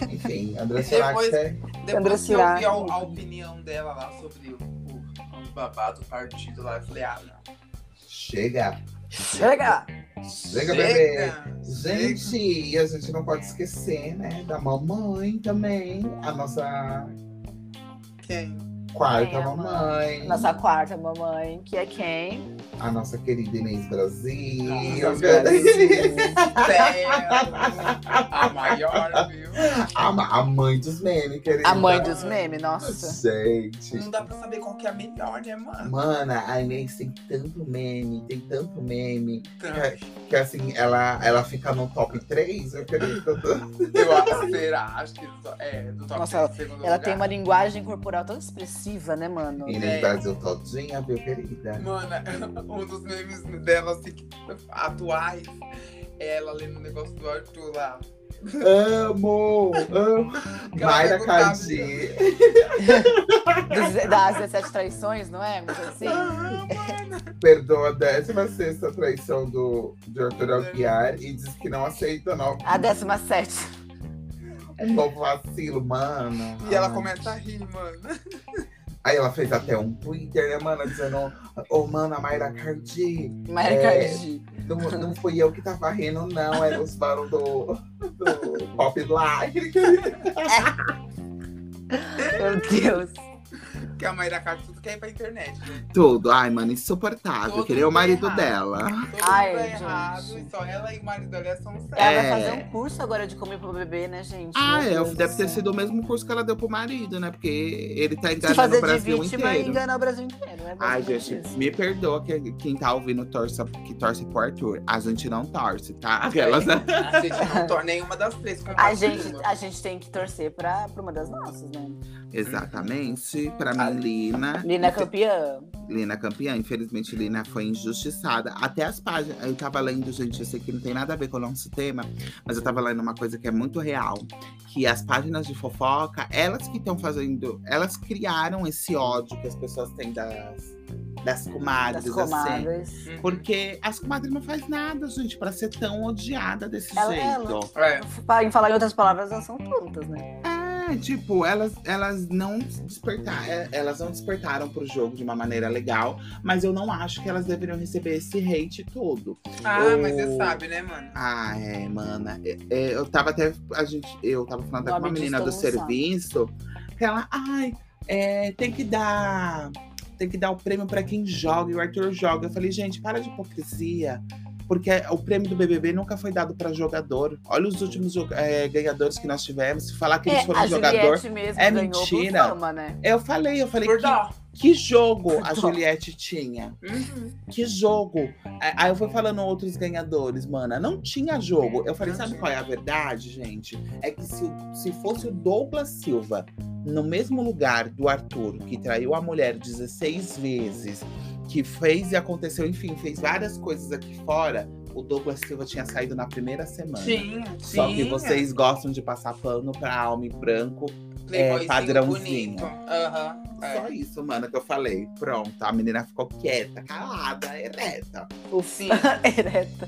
[SPEAKER 2] Enfim, André Soracte é.
[SPEAKER 1] André
[SPEAKER 3] Depois que eu vi a,
[SPEAKER 1] Cirá.
[SPEAKER 3] a opinião dela lá sobre o, o, o babado do partido lá, eu falei, ah, não.
[SPEAKER 2] Chega!
[SPEAKER 1] Chega!
[SPEAKER 2] Chega, bebê! Gente, e a gente não pode esquecer, né? Da mamãe também. A nossa
[SPEAKER 3] Quem?
[SPEAKER 2] quarta
[SPEAKER 1] É, a
[SPEAKER 2] mamãe.
[SPEAKER 1] Nossa quarta mamãe, que é quem?
[SPEAKER 2] A nossa querida Inês Brasil.
[SPEAKER 3] Nossa, Céu. A maior, viu?
[SPEAKER 2] a, ma- a mãe dos memes, querida.
[SPEAKER 1] A mãe dos memes, nossa.
[SPEAKER 2] Gente.
[SPEAKER 3] Não dá pra saber qual que é a melhor, né, mano?
[SPEAKER 2] Mana, a Inês tem tanto meme, tem tanto meme.
[SPEAKER 3] Então,
[SPEAKER 2] Que, que assim, ela, ela fica no top 3, eu queria
[SPEAKER 3] eu acho, será, acho que só- é, do top
[SPEAKER 1] Nossa,
[SPEAKER 3] três, segundo
[SPEAKER 1] Ela
[SPEAKER 3] lugar.
[SPEAKER 1] tem uma linguagem corporal tão expressiva, né, mano?
[SPEAKER 2] Inês Brasil todinha, viu, querida?
[SPEAKER 3] Mano, um dos memes dela, assim, que- atuais, é ela lendo o negócio do Arthur lá.
[SPEAKER 2] Amo! Amo!
[SPEAKER 3] Ela
[SPEAKER 2] Mayra
[SPEAKER 3] perguntava-
[SPEAKER 2] Cardi.
[SPEAKER 1] Dos- Das 17 traições, não é? Uma coisa assim.
[SPEAKER 3] Ah,
[SPEAKER 2] perdoa a 16 traição do, de Arthur Alquiar e diz que não aceita não.
[SPEAKER 1] A 17.
[SPEAKER 2] Um novo vacilo, mano.
[SPEAKER 3] E ela
[SPEAKER 2] Ai.
[SPEAKER 3] começa a rir, mano.
[SPEAKER 2] Aí ela fez até um Twitter, né, mano, dizendo: Ô, mano, a Mayra Cardi,
[SPEAKER 1] Mayra
[SPEAKER 2] É.
[SPEAKER 1] Cardi.
[SPEAKER 2] não, não fui eu que tava rindo, não, era os barulhos do, do Pop Live.
[SPEAKER 1] Meu Deus.
[SPEAKER 3] que a Mayra Card tudo quer ir pra internet, né?
[SPEAKER 2] Tudo. Ai, mano, insuportável.
[SPEAKER 3] Todo
[SPEAKER 2] Queria o
[SPEAKER 3] mundo
[SPEAKER 2] marido
[SPEAKER 3] errado.
[SPEAKER 2] dela.
[SPEAKER 3] Todo
[SPEAKER 1] Ai,
[SPEAKER 3] mundo é
[SPEAKER 1] gente.
[SPEAKER 3] errado, e só ela e o marido dela são certos.
[SPEAKER 1] Ela
[SPEAKER 2] É.
[SPEAKER 1] vai fazer um curso agora de comer pro bebê, né, gente?
[SPEAKER 2] Ah,
[SPEAKER 1] Meu
[SPEAKER 2] é,
[SPEAKER 1] Deus do
[SPEAKER 2] deve ter
[SPEAKER 1] céu.
[SPEAKER 2] sido o mesmo curso que ela deu pro marido, né? Porque ele tá
[SPEAKER 1] Se
[SPEAKER 2] enganando o
[SPEAKER 1] fazer de
[SPEAKER 2] Brasil
[SPEAKER 1] vítima e
[SPEAKER 2] inteiro.
[SPEAKER 1] enganar o Brasil inteiro, né?
[SPEAKER 2] Ai,
[SPEAKER 1] Basicamente
[SPEAKER 2] gente,
[SPEAKER 1] isso.
[SPEAKER 2] me perdoa que, quem tá ouvindo torça, que torce pro Arthur. A gente não torce, tá?
[SPEAKER 1] Ah,
[SPEAKER 2] Aquelas.
[SPEAKER 3] A gente não torna nenhuma das três
[SPEAKER 1] A
[SPEAKER 3] compartilha.
[SPEAKER 1] gente, tá- a gente tem que torcer pra, pra uma das nossas, né?
[SPEAKER 2] Exatamente. Pra mim, Lina.
[SPEAKER 1] Ah, Lina é campeã.
[SPEAKER 2] Lina campeã. Infelizmente, Lina foi injustiçada. Até as páginas. Eu tava lendo, gente, eu sei que não tem nada a ver com o nosso tema, mas eu tava lendo uma coisa que é muito real. Que as páginas de fofoca, elas que estão fazendo. Elas criaram esse ódio que as pessoas têm das, das comadres,
[SPEAKER 1] Das
[SPEAKER 2] assim.
[SPEAKER 1] comadres.
[SPEAKER 3] Uhum.
[SPEAKER 2] Porque as comadres não faz nada, gente, pra ser tão odiada desse
[SPEAKER 1] Ela-
[SPEAKER 2] jeito.
[SPEAKER 1] ela-
[SPEAKER 3] É.
[SPEAKER 1] Pra- Em falar em outras palavras, elas são tontas, né?
[SPEAKER 2] É, tipo, elas, elas não despertar, é, elas não despertaram pro jogo de uma maneira legal, mas eu não acho que elas deveriam receber esse hate todo.
[SPEAKER 3] Ah, mas você sabe, né, mano?
[SPEAKER 2] Ah, é, mana. É, é, eu tava até. A gente, eu tava falando até com
[SPEAKER 1] Nome
[SPEAKER 2] uma
[SPEAKER 1] disso
[SPEAKER 2] menina do
[SPEAKER 1] todo mundo sabe.
[SPEAKER 2] serviço que ela, ai, é, tem que dar. Tem que dar o prêmio pra quem joga, e o Arthur joga. Eu falei, gente, para de hipocrisia. Porque o prêmio do BBB nunca foi dado pra jogador. Olha os últimos jo- é, ganhadores que nós tivemos. Se falar que eles foram
[SPEAKER 1] É, a
[SPEAKER 2] jogador,
[SPEAKER 1] Juliette mesmo
[SPEAKER 2] é
[SPEAKER 1] ganhou
[SPEAKER 2] mentira.
[SPEAKER 1] por fama, né?
[SPEAKER 2] eu falei, eu falei,
[SPEAKER 3] Por
[SPEAKER 2] que,
[SPEAKER 3] dó.
[SPEAKER 2] que jogo a
[SPEAKER 1] Por dó.
[SPEAKER 2] Juliette tinha?
[SPEAKER 3] Uhum.
[SPEAKER 2] Que jogo? A- Aí eu fui falando outros ganhadores, mana. Não tinha jogo. Eu falei,
[SPEAKER 3] Não
[SPEAKER 2] sabe
[SPEAKER 3] tinha.
[SPEAKER 2] qual é a verdade, gente? É que se, o- se fosse o Douglas Silva no mesmo lugar do Arthur, que traiu a mulher 16 vezes, que fez e aconteceu, enfim, fez várias coisas aqui fora, o Douglas Silva tinha saído na primeira semana.
[SPEAKER 3] Tinha, tinha.
[SPEAKER 2] Só que vocês gostam de passar pano pra homem branco.
[SPEAKER 3] Playboyzinho
[SPEAKER 2] é, padrãozinho.
[SPEAKER 3] bonito. Aham. é.
[SPEAKER 2] Só isso, mano, que eu falei. Pronto, a menina ficou quieta, calada, ereta.
[SPEAKER 1] O,
[SPEAKER 3] Sim.
[SPEAKER 1] Ereta.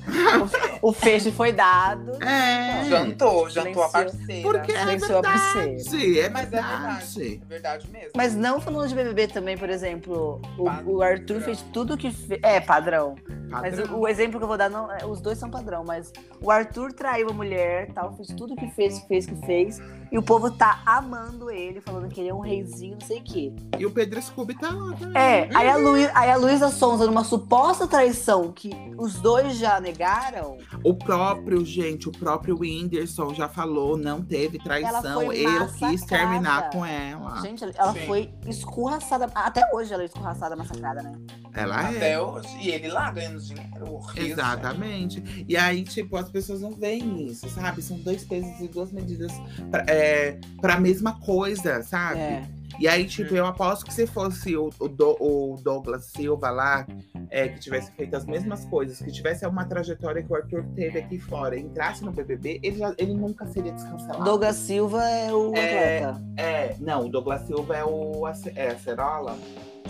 [SPEAKER 1] o, o fecho foi dado.
[SPEAKER 2] É.
[SPEAKER 3] Jantou, jantou a
[SPEAKER 1] Silenciou.
[SPEAKER 3] parceira.
[SPEAKER 2] Porque é
[SPEAKER 1] Silenciou a
[SPEAKER 3] Mas é
[SPEAKER 2] verdade, é
[SPEAKER 3] verdade.
[SPEAKER 2] verdade.
[SPEAKER 3] É verdade mesmo.
[SPEAKER 1] Mas não falando de BBB também, por exemplo, o, o Arthur
[SPEAKER 3] Padrão.
[SPEAKER 1] fez tudo que fez. É, padrão. Mas
[SPEAKER 2] Padrão.
[SPEAKER 1] o, o exemplo que eu vou dar, não, é, os dois são padrão, mas o Arthur traiu a mulher, tal, fez tudo que fez, que fez, que fez. E o povo tá amando ele, falando que ele é um reizinho, não sei o quê.
[SPEAKER 2] E o Pedro Scooby tá lá também.
[SPEAKER 1] É, aí a, Luí- aí a Luísa Sonza, numa suposta traição que os dois já negaram,
[SPEAKER 2] O próprio, gente, o próprio Whindersson já falou, não teve traição.
[SPEAKER 1] foi
[SPEAKER 2] Eu
[SPEAKER 1] massacrada.
[SPEAKER 2] quis terminar com ela.
[SPEAKER 1] gente, ela
[SPEAKER 3] Sim.
[SPEAKER 1] foi escorraçada. Até hoje ela é escorraçada, massacrada, né?
[SPEAKER 2] Ela é.
[SPEAKER 3] Até hoje. E ele lá ganhando dinheiro.
[SPEAKER 2] né?
[SPEAKER 3] Horrível.
[SPEAKER 2] Exatamente. E aí, tipo, as pessoas não veem isso, sabe? São dois pesos e duas medidas pra, é, pra mesma coisa, sabe?
[SPEAKER 1] É.
[SPEAKER 2] E aí, tipo, eu aposto que se fosse o, o Do- o Douglas Silva lá, é, que tivesse feito as mesmas coisas, que tivesse uma trajetória que o Arthur teve aqui fora, entrasse no BBB, ele, já- ele nunca seria descancelado.
[SPEAKER 1] Douglas Silva é o
[SPEAKER 2] É.
[SPEAKER 1] atleta.
[SPEAKER 2] É, não, o Douglas Silva é o Ace- é Acerola?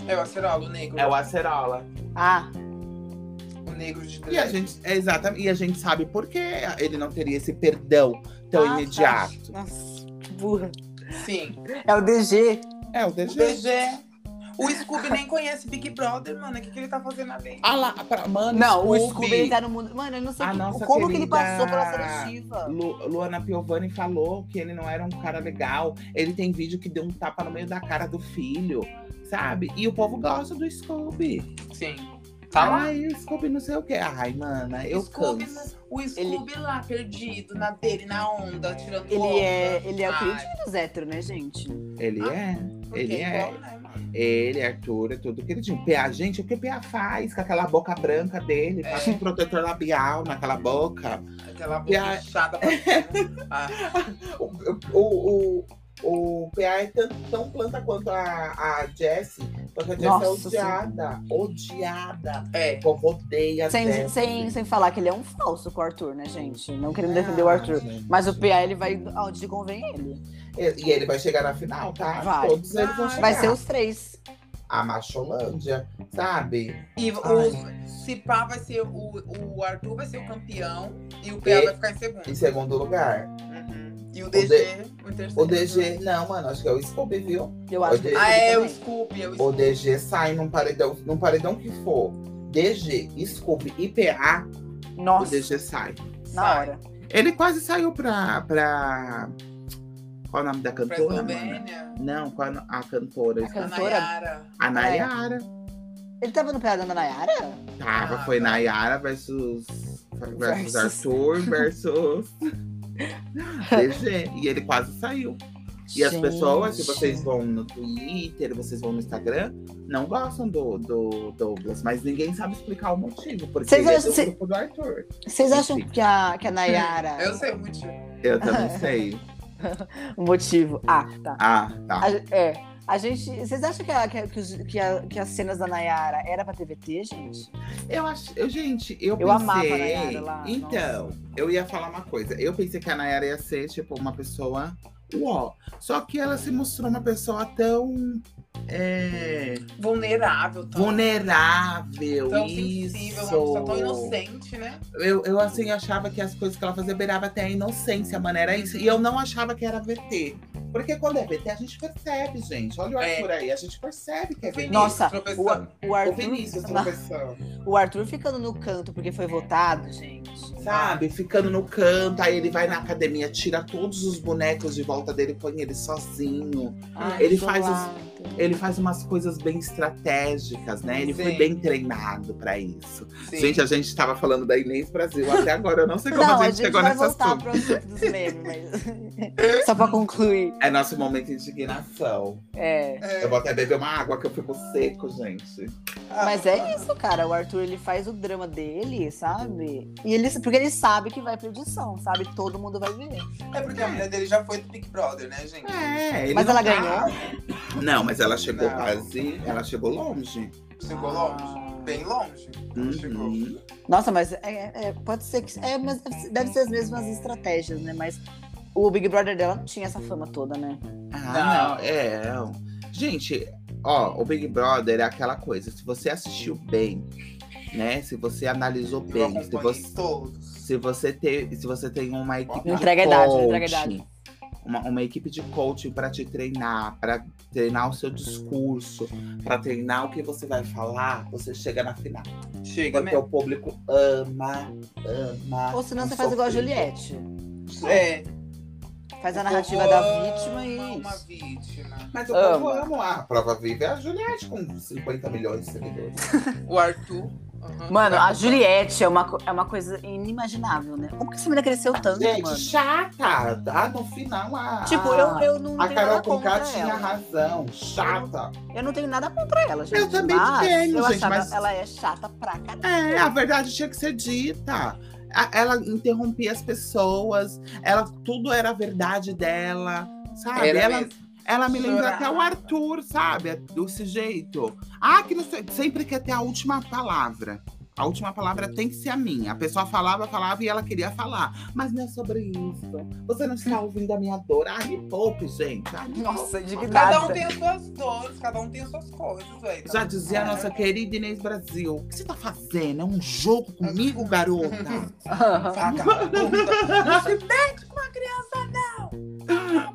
[SPEAKER 3] É o acerolo negro.
[SPEAKER 2] É o Acerola.
[SPEAKER 1] Ah,
[SPEAKER 3] o negro de
[SPEAKER 2] E a
[SPEAKER 3] drag.
[SPEAKER 2] gente, é exatamente, e a gente sabe por que ele não teria esse perdão tão
[SPEAKER 1] Ah, tá.
[SPEAKER 2] imediato.
[SPEAKER 1] nossa, que burra.
[SPEAKER 3] Sim.
[SPEAKER 1] É o DG.
[SPEAKER 2] É, o
[SPEAKER 3] O
[SPEAKER 2] DG.
[SPEAKER 3] DG. O Scooby nem conhece Big Brother, mano. O que, que ele tá fazendo ali?
[SPEAKER 2] Ah lá, pra, mano,
[SPEAKER 1] Não, o
[SPEAKER 2] Scooby.
[SPEAKER 1] Scooby ele tá no mundo. Mano, eu não sei
[SPEAKER 2] A
[SPEAKER 1] que-
[SPEAKER 2] nossa
[SPEAKER 1] como que ele
[SPEAKER 2] querida-
[SPEAKER 1] passou pela seletiva.
[SPEAKER 2] Lu- Luana Piovani falou que ele não era um cara legal. Ele tem vídeo que deu um tapa no meio da cara do filho, sabe? E o povo gosta do Scooby.
[SPEAKER 3] Sim. Tá lá.
[SPEAKER 2] Ai, o Scooby não sei o quê. Ai, mana, eu
[SPEAKER 3] Scooby,
[SPEAKER 2] canso.
[SPEAKER 3] O Scooby lá, perdido, na dele, na onda, tirando
[SPEAKER 1] Ele
[SPEAKER 3] onda.
[SPEAKER 1] é, ele é o
[SPEAKER 3] Ai.
[SPEAKER 1] queridinho dos héteros, né, gente?
[SPEAKER 2] Ele
[SPEAKER 3] Ah,
[SPEAKER 2] é.
[SPEAKER 3] Porque
[SPEAKER 2] ele é.
[SPEAKER 3] igual, né, mano?
[SPEAKER 2] Ele, Arthur, é tudo queridinho. PA, gente, o que o PA faz com aquela boca branca dele?
[SPEAKER 3] É.
[SPEAKER 2] Passa um protetor labial naquela boca.
[SPEAKER 3] Aquela
[SPEAKER 2] E
[SPEAKER 3] boca
[SPEAKER 2] a-
[SPEAKER 3] inchada pra cima. Ah,
[SPEAKER 2] O, o, o, o PA é tão, tão planta quanto a, a Jessie. Porque a Jessie é
[SPEAKER 1] Nossa, sim.
[SPEAKER 2] odiada. Odiada.
[SPEAKER 3] é.
[SPEAKER 2] O povo odeia a
[SPEAKER 1] Sem,
[SPEAKER 2] Jessie.
[SPEAKER 1] sem, sem falar que ele é um falso com o Arthur, né, gente? Não querendo defender o
[SPEAKER 2] Ah,
[SPEAKER 1] Arthur.
[SPEAKER 2] gente.
[SPEAKER 1] Mas o PA ele vai aonde convém ele.
[SPEAKER 2] E, e ele vai chegar na final, tá?
[SPEAKER 1] Vai.
[SPEAKER 2] Todos eles vão
[SPEAKER 3] Vai.
[SPEAKER 2] chegar.
[SPEAKER 1] Vai ser os três.
[SPEAKER 2] A Macholândia, sabe?
[SPEAKER 3] E o, se pá vai ser o, o Arthur vai ser o campeão e o PA
[SPEAKER 2] E-
[SPEAKER 3] vai ficar em segundo.
[SPEAKER 2] Em segundo lugar.
[SPEAKER 3] Uhum. E o
[SPEAKER 2] D-
[SPEAKER 3] DG, o, terceiro.
[SPEAKER 2] O DG, não, mano, acho que é o Scooby, viu?
[SPEAKER 1] Eu acho que
[SPEAKER 2] Ah,
[SPEAKER 3] Ah, é, o
[SPEAKER 1] ele
[SPEAKER 3] Scooby, é o
[SPEAKER 2] O
[SPEAKER 3] Scooby.
[SPEAKER 2] DG sai num paredão, num paredão que for. DG, Scooby e PA,
[SPEAKER 1] também.
[SPEAKER 2] o
[SPEAKER 1] Nossa,
[SPEAKER 2] DG sai.
[SPEAKER 1] na hora.
[SPEAKER 2] Ele quase saiu pra. pra... Qual é o nome da cantora, mana?
[SPEAKER 3] Eslovênia.
[SPEAKER 2] Não, qual é no- a cantora?
[SPEAKER 1] A É.
[SPEAKER 3] A
[SPEAKER 1] Cantora?
[SPEAKER 3] Nayara.
[SPEAKER 2] A Nayara.
[SPEAKER 1] Ele tava no Piada da Nayara?
[SPEAKER 2] Tava, foi Nayara versus, versus
[SPEAKER 1] Ah, Versus.
[SPEAKER 2] Arthur versus DG. E ele quase saiu. E as pessoas, se vocês vão no Twitter, vocês vão no Instagram, não gostam do, do Douglas, mas ninguém sabe explicar o motivo, porque
[SPEAKER 1] Vocês
[SPEAKER 2] ele é
[SPEAKER 1] acham-
[SPEAKER 2] do
[SPEAKER 1] cê-
[SPEAKER 2] grupo do Arthur.
[SPEAKER 1] Vocês acham que a, que a Nayara.
[SPEAKER 3] Eu sei o motivo.
[SPEAKER 2] Eu também sei.
[SPEAKER 1] O motivo. Ah, tá.
[SPEAKER 2] Ah,
[SPEAKER 1] A,
[SPEAKER 2] tá.
[SPEAKER 1] é. A gente. Vocês acham que, ela, que, que, os- que, a- que as cenas da Nayara era pra TVT, gente?
[SPEAKER 2] Eu acho. Eu, gente, eu,
[SPEAKER 1] Eu
[SPEAKER 2] pensei.
[SPEAKER 1] amava a Nayara lá,
[SPEAKER 2] então, eu ia falar uma coisa. Eu pensei que a Nayara ia ser, tipo, uma pessoa. Uó. Só que ela se mostrou uma pessoa tão. é,
[SPEAKER 3] Vulnerável. Tão,
[SPEAKER 2] vulnerável.
[SPEAKER 3] tão
[SPEAKER 2] isso.
[SPEAKER 3] sensível. Uma pessoa tão inocente, né?
[SPEAKER 2] Eu, eu assim achava que as coisas que ela fazia beirava até a inocência, mano. Era isso. E eu não achava que era VT. Porque quando é VT, a gente percebe, gente. Olha o
[SPEAKER 3] É.
[SPEAKER 2] Arthur aí, a gente percebe que é VT.
[SPEAKER 1] Nossa, o,
[SPEAKER 3] tropeçando.
[SPEAKER 1] Ar- o
[SPEAKER 2] O
[SPEAKER 1] Arthur.
[SPEAKER 2] Vinícius é
[SPEAKER 1] na-
[SPEAKER 2] tropeçando,
[SPEAKER 1] o Arthur ficando no canto porque foi votado, gente.
[SPEAKER 2] sabe? Ficando no canto, aí ele vai na academia, tira todos os bonecos de volta dele, põe ele sozinho.
[SPEAKER 1] Ai,
[SPEAKER 2] Ele
[SPEAKER 1] do
[SPEAKER 2] faz os-
[SPEAKER 1] lado.
[SPEAKER 2] Ele faz umas coisas bem estratégicas, né? Ele foi
[SPEAKER 3] Sim.
[SPEAKER 2] bem treinado pra isso.
[SPEAKER 3] Sim.
[SPEAKER 2] Gente, a gente tava falando da Inês Brasil até agora. Eu não sei como
[SPEAKER 1] Não,
[SPEAKER 2] a gente chegou
[SPEAKER 1] vai
[SPEAKER 2] nesse assunto.
[SPEAKER 1] voltar pro assunto dos memes, mas... Só pra concluir.
[SPEAKER 2] É nosso momento de indignação.
[SPEAKER 1] É.
[SPEAKER 2] Eu vou até beber uma água que eu fico seco, gente.
[SPEAKER 1] Mas é isso, cara. O Arthur ele faz o drama dele, sabe? E ele, porque ele sabe que vai pra edição, sabe? Todo mundo vai ver.
[SPEAKER 3] É porque a mulher dele já foi do Big Brother, né, gente?
[SPEAKER 1] Ah.
[SPEAKER 2] É, ele
[SPEAKER 1] Mas
[SPEAKER 2] não
[SPEAKER 1] ela
[SPEAKER 2] tá-
[SPEAKER 1] ganhou?
[SPEAKER 2] Não, mas ela chegou
[SPEAKER 3] Não.
[SPEAKER 2] quase. Ela chegou longe.
[SPEAKER 3] Chegou
[SPEAKER 1] Ah.
[SPEAKER 3] longe. Bem longe. Chegou.
[SPEAKER 2] Uhum.
[SPEAKER 1] Nossa, mas é- é- pode ser que. É, mas deve ser- deve ser as mesmas estratégias, né? Mas o Big Brother dela não tinha essa fama toda, né?
[SPEAKER 2] Ah, não. É. Gente, ó, o Big Brother é aquela coisa. Se você assistiu bem, né? Se você analisou
[SPEAKER 3] Eu
[SPEAKER 2] bem, se
[SPEAKER 3] acompanhei
[SPEAKER 2] você.
[SPEAKER 3] todos.
[SPEAKER 2] Se você, ter, se você tem uma equipe
[SPEAKER 1] Não
[SPEAKER 2] de
[SPEAKER 1] entrega a idade, não
[SPEAKER 2] coaching,
[SPEAKER 1] entrega a idade.
[SPEAKER 2] Uma, uma equipe de coaching para te treinar, para treinar o seu discurso, para treinar o que você vai falar, você chega na final.
[SPEAKER 3] Chega
[SPEAKER 2] Porque
[SPEAKER 3] mesmo.
[SPEAKER 2] o público ama, ama.
[SPEAKER 1] Ou senão
[SPEAKER 2] um
[SPEAKER 1] você faz igual a
[SPEAKER 2] sofrido.
[SPEAKER 1] Juliette.
[SPEAKER 3] É.
[SPEAKER 1] Faz a
[SPEAKER 3] O
[SPEAKER 1] narrativa
[SPEAKER 3] povo
[SPEAKER 1] da
[SPEAKER 3] ama
[SPEAKER 1] vítima e. é
[SPEAKER 3] Uma
[SPEAKER 1] isso.
[SPEAKER 3] vítima.
[SPEAKER 2] Mas o
[SPEAKER 1] Ama.
[SPEAKER 2] povo ama. A prova viva é a Juliette com 50 milhões de seguidores.
[SPEAKER 3] O Arthur. aham.
[SPEAKER 1] Mano, a Juliette é uma, co- é uma coisa inimaginável, né? Como que essa mulher cresceu tanto,
[SPEAKER 2] Gente,
[SPEAKER 1] mano?
[SPEAKER 2] chata. Ah, no final, a.
[SPEAKER 1] Tipo, eu, eu não
[SPEAKER 2] A
[SPEAKER 1] tenho
[SPEAKER 2] Carol
[SPEAKER 1] nada
[SPEAKER 2] Conká
[SPEAKER 1] contra
[SPEAKER 2] tinha
[SPEAKER 1] ela.
[SPEAKER 2] razão. Chata.
[SPEAKER 1] Eu não tenho nada contra ela, gente.
[SPEAKER 2] Eu também
[SPEAKER 1] mas
[SPEAKER 2] tenho,
[SPEAKER 1] eu
[SPEAKER 2] gente,
[SPEAKER 1] achava
[SPEAKER 2] mas-
[SPEAKER 1] ela é chata pra caralho.
[SPEAKER 2] É, a verdade tinha que ser dita. A- Ela interrompia as pessoas, ela tudo era a verdade dela, sabe?
[SPEAKER 3] Era
[SPEAKER 2] ela,
[SPEAKER 3] mesmo.
[SPEAKER 2] ela me lembra
[SPEAKER 3] Chorava.
[SPEAKER 2] até o Arthur, sabe? Desse jeito. Ah, que não sei, sempre quer ter a última palavra. A última palavra tem que ser a minha. A pessoa falava, falava e ela queria falar. Mas não é sobre isso. Você não está ouvindo a minha dor. Ah, me poupe, gente. Ah, me poupe.
[SPEAKER 1] Nossa, indignada.
[SPEAKER 3] Cada um tem as suas dores, cada um tem as suas coisas, velho. É.
[SPEAKER 2] Já dizia a nossa querida Inês Brasil. O que você tá fazendo? É um jogo comigo, garota?
[SPEAKER 3] Ah, tá. um Vagabunda. Não se mete com a criança.
[SPEAKER 2] Ah,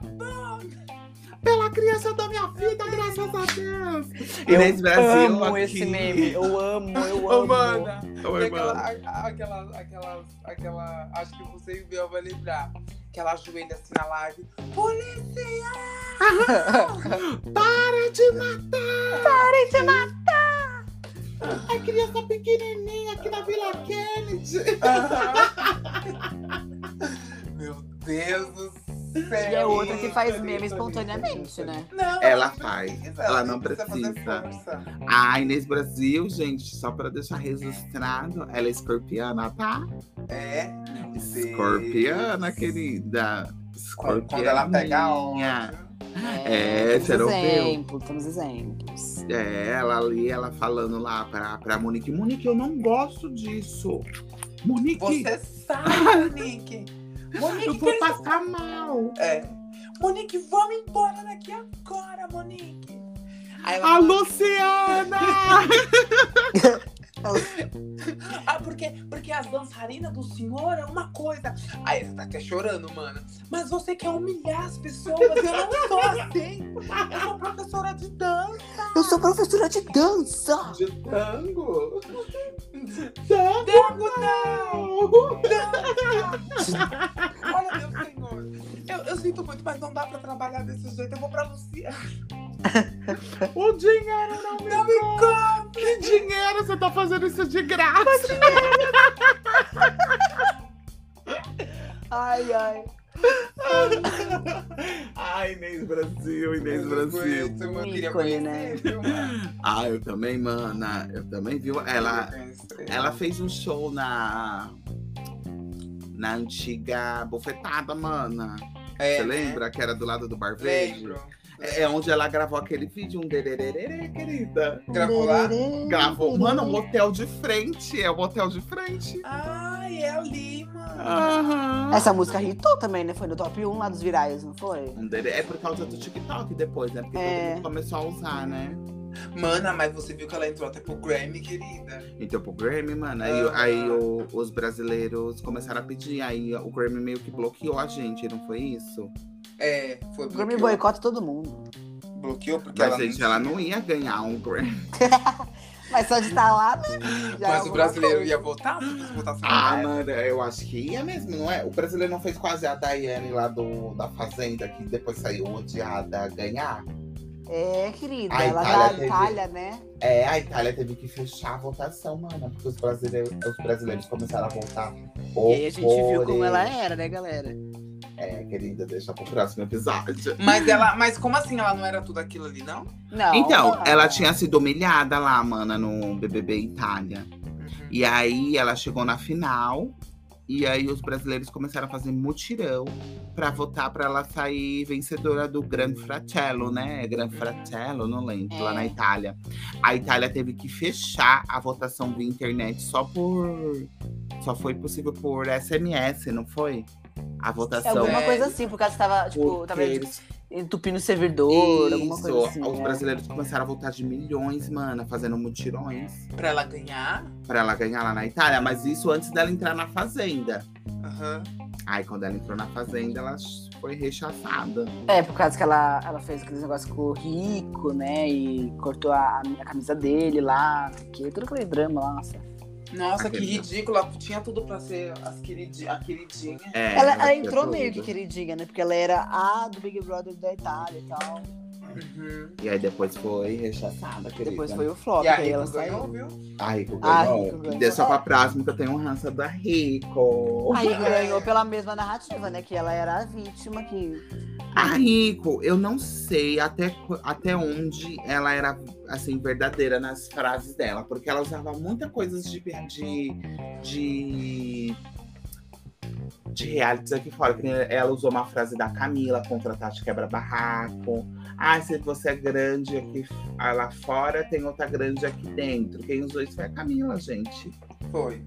[SPEAKER 2] pela criança da minha vida, graças a Deus.
[SPEAKER 1] Eu
[SPEAKER 2] Inês Brasil
[SPEAKER 1] amo
[SPEAKER 2] aqui.
[SPEAKER 1] esse meme. Eu amo, eu
[SPEAKER 2] Ô,
[SPEAKER 1] amo.
[SPEAKER 2] mana. Oi,
[SPEAKER 3] Tem aquela,
[SPEAKER 2] mana.
[SPEAKER 3] a- aquela, aquela, aquela, acho que você e o Bel vai lembrar. Que ela ajoelha assim na live. Polícia!
[SPEAKER 2] Para de matar! Para de matar! A criança pequenininha aqui na Vila Kennedy.
[SPEAKER 3] Meu Deus do
[SPEAKER 1] E
[SPEAKER 3] céu!
[SPEAKER 1] é outra que faz meme
[SPEAKER 3] Isso,
[SPEAKER 1] espontaneamente,
[SPEAKER 3] isso.
[SPEAKER 1] né?
[SPEAKER 3] Não,
[SPEAKER 2] Ela
[SPEAKER 3] não
[SPEAKER 2] faz,
[SPEAKER 3] precisa,
[SPEAKER 2] ela não precisa.
[SPEAKER 3] fazer força.
[SPEAKER 2] A Inês Brasil, gente, só pra deixar registrado, ela é escorpiana, tá?
[SPEAKER 3] É. meu Deus.
[SPEAKER 2] Escorpiana, querida. Escorpiana.
[SPEAKER 3] Quando ela pega a onda.
[SPEAKER 2] É,
[SPEAKER 1] temos
[SPEAKER 2] você não viu?
[SPEAKER 1] exemplo, temos exemplos.
[SPEAKER 2] É, ela ali, ela falando lá pra, pra Monique. Monique, eu não gosto disso. Monique,
[SPEAKER 3] Você é sabe, Monique.
[SPEAKER 2] eu
[SPEAKER 3] Monique,
[SPEAKER 2] vou
[SPEAKER 3] que-
[SPEAKER 2] passar mal.
[SPEAKER 3] é. Monique, vamos embora daqui agora, Monique. Aí ela
[SPEAKER 2] A Luciana!
[SPEAKER 3] Ah, porque, porque as dançarinas do senhor é uma coisa. Aí você tá até chorando, mano. Mas você quer humilhar as pessoas. Eu não sou assim. Eu sou professora de dança.
[SPEAKER 1] Eu sou professora de dança.
[SPEAKER 2] De tango?
[SPEAKER 3] Tango não!
[SPEAKER 2] Tango!
[SPEAKER 3] Olha, meu senhor. Eu, eu, se- sinto muito, mas não dá pra trabalhar desse jeito. Eu vou pra Luciana.
[SPEAKER 2] O dinheiro não me
[SPEAKER 3] Não me
[SPEAKER 2] compra! Que dinheiro? Você tá fazendo isso de graça!
[SPEAKER 1] Ai, ai.
[SPEAKER 2] Ai, Inês Brasil, Inês
[SPEAKER 3] Eu
[SPEAKER 2] Brasil.
[SPEAKER 3] não aguento, eu
[SPEAKER 1] Ícone,
[SPEAKER 3] queria conhecer,
[SPEAKER 1] né?
[SPEAKER 3] viu, mano?
[SPEAKER 2] Ah, eu também, mana. Eu também vi. Ela,
[SPEAKER 3] Eu queria conhecer.
[SPEAKER 2] Ela fez um show na. Na antiga bofetada, mana.
[SPEAKER 3] É,
[SPEAKER 2] Você
[SPEAKER 3] né?
[SPEAKER 2] lembra? Que era do lado do Bar Verde?
[SPEAKER 3] Lembro.
[SPEAKER 2] É é onde ela gravou aquele vídeo, um dererê, querida.
[SPEAKER 3] Gravou lá? Uhum.
[SPEAKER 2] Gravou. Mano, um hotel de frente. É um hotel de frente.
[SPEAKER 3] Ai, é ali, mano.
[SPEAKER 2] Aham.
[SPEAKER 1] Essa música hitou também, né? Foi no top 1 lá dos virais, não foi?
[SPEAKER 2] Um dererê. É por causa do TikTok depois, né? Porque todo
[SPEAKER 1] É.
[SPEAKER 2] mundo começou a usar, né?
[SPEAKER 3] Mana, mas você viu que ela entrou até pro Grammy, querida.
[SPEAKER 2] Então pro Grammy, mano. Aí,
[SPEAKER 3] Aham.
[SPEAKER 2] aí o- os brasileiros começaram a pedir. Aí o Grammy meio que bloqueou a gente, não foi isso?
[SPEAKER 3] É, foi
[SPEAKER 1] O Grammy
[SPEAKER 3] bloqueou.
[SPEAKER 1] boicota todo mundo.
[SPEAKER 3] Bloqueou porque
[SPEAKER 2] Mas,
[SPEAKER 3] ela
[SPEAKER 2] gente,
[SPEAKER 3] não...
[SPEAKER 2] ela não ia ganhar um Grammy.
[SPEAKER 1] Mas só de estar lá, né? já
[SPEAKER 3] Mas
[SPEAKER 1] é
[SPEAKER 3] o
[SPEAKER 1] alguma
[SPEAKER 3] brasileiro
[SPEAKER 1] coisa.
[SPEAKER 3] ia votar? Se fosse votar sem
[SPEAKER 2] Ah,
[SPEAKER 1] é.
[SPEAKER 3] mulher?
[SPEAKER 2] mano, eu acho que ia mesmo, não é? O brasileiro não fez quase a Daiane lá do, da Fazenda, que depois saiu odiada a ganhar.
[SPEAKER 1] É, querida.
[SPEAKER 2] A
[SPEAKER 1] ela
[SPEAKER 2] Itália
[SPEAKER 1] da
[SPEAKER 2] tá, teve-
[SPEAKER 1] Itália, né?
[SPEAKER 2] É, a Itália teve que fechar a votação, mano, porque os brasileiros, os brasileiros começaram a votar.
[SPEAKER 1] E aí a gente viu como ela era, né, galera?
[SPEAKER 2] É, querida, deixa pro próximo episódio.
[SPEAKER 3] Mas ela. Mas como assim ela não era tudo aquilo ali, não?
[SPEAKER 1] Não.
[SPEAKER 2] Então,
[SPEAKER 1] não.
[SPEAKER 2] ela tinha sido humilhada lá, mana, no BBB Itália. E aí ela chegou na final. E aí os brasileiros começaram a fazer mutirão pra votar pra ela sair vencedora do Gran Fratello, né? É Gran Fratello, não lembro, lá
[SPEAKER 1] É.
[SPEAKER 2] na Itália. A Itália teve que fechar a votação via internet só por só foi possível por SMS, não foi? A
[SPEAKER 1] É
[SPEAKER 2] votação
[SPEAKER 1] alguma
[SPEAKER 3] É.
[SPEAKER 1] coisa assim, porque ela tava, tipo,
[SPEAKER 2] Porque
[SPEAKER 1] tava
[SPEAKER 2] eles-
[SPEAKER 1] entupindo o servidor, alguma coisa assim.
[SPEAKER 2] Isso, os
[SPEAKER 1] né?
[SPEAKER 2] brasileiros começaram a votar de milhões, mana, fazendo mutirões
[SPEAKER 3] Pra ela ganhar.
[SPEAKER 2] pra ela ganhar lá na Itália, mas isso antes dela entrar na fazenda.
[SPEAKER 3] Aham.
[SPEAKER 2] Aí quando ela entrou na fazenda, ela foi rechaçada.
[SPEAKER 1] É, por causa que ela, ela fez aqueles negócios com o Rico, né? E cortou a, a camisa dele lá, não sei o quê, todo aquele drama lá, nossa.
[SPEAKER 3] Nossa, que
[SPEAKER 2] Aquele-
[SPEAKER 3] ridícula. Tinha tudo pra ser as queridi... a queridinha.
[SPEAKER 2] É,
[SPEAKER 1] ela ela
[SPEAKER 2] tinha
[SPEAKER 1] entrou
[SPEAKER 2] tudo.
[SPEAKER 1] meio que queridinha, né? Porque ela era a do Big Brother da Itália e tal.
[SPEAKER 3] Uhum.
[SPEAKER 2] E aí depois foi rechaçada, querida.
[SPEAKER 1] Depois foi o flop,
[SPEAKER 3] E a
[SPEAKER 1] aí
[SPEAKER 3] Rico
[SPEAKER 1] ela
[SPEAKER 3] ganhou,
[SPEAKER 1] saiu.
[SPEAKER 3] viu?
[SPEAKER 2] A Rico
[SPEAKER 1] Ah,
[SPEAKER 2] ganhou.
[SPEAKER 1] Rico ganhou.
[SPEAKER 2] Dê só pra próxima que eu tenho um ranço da Rico.
[SPEAKER 1] Aí ganhou pela mesma narrativa, né? Que ela era a vítima que.
[SPEAKER 2] A Tá Rico, eu não sei até, qu- até onde ela era, assim, verdadeira nas frases dela. Porque ela usava muita coisas de... de, de de realities aqui fora. que nem Ela usou uma frase da Camila, contratar te quebra barraco. Ah, se você é grande aqui ah, lá fora, tem outra grande aqui dentro. Quem usou isso foi a Camila, gente.
[SPEAKER 3] Foi.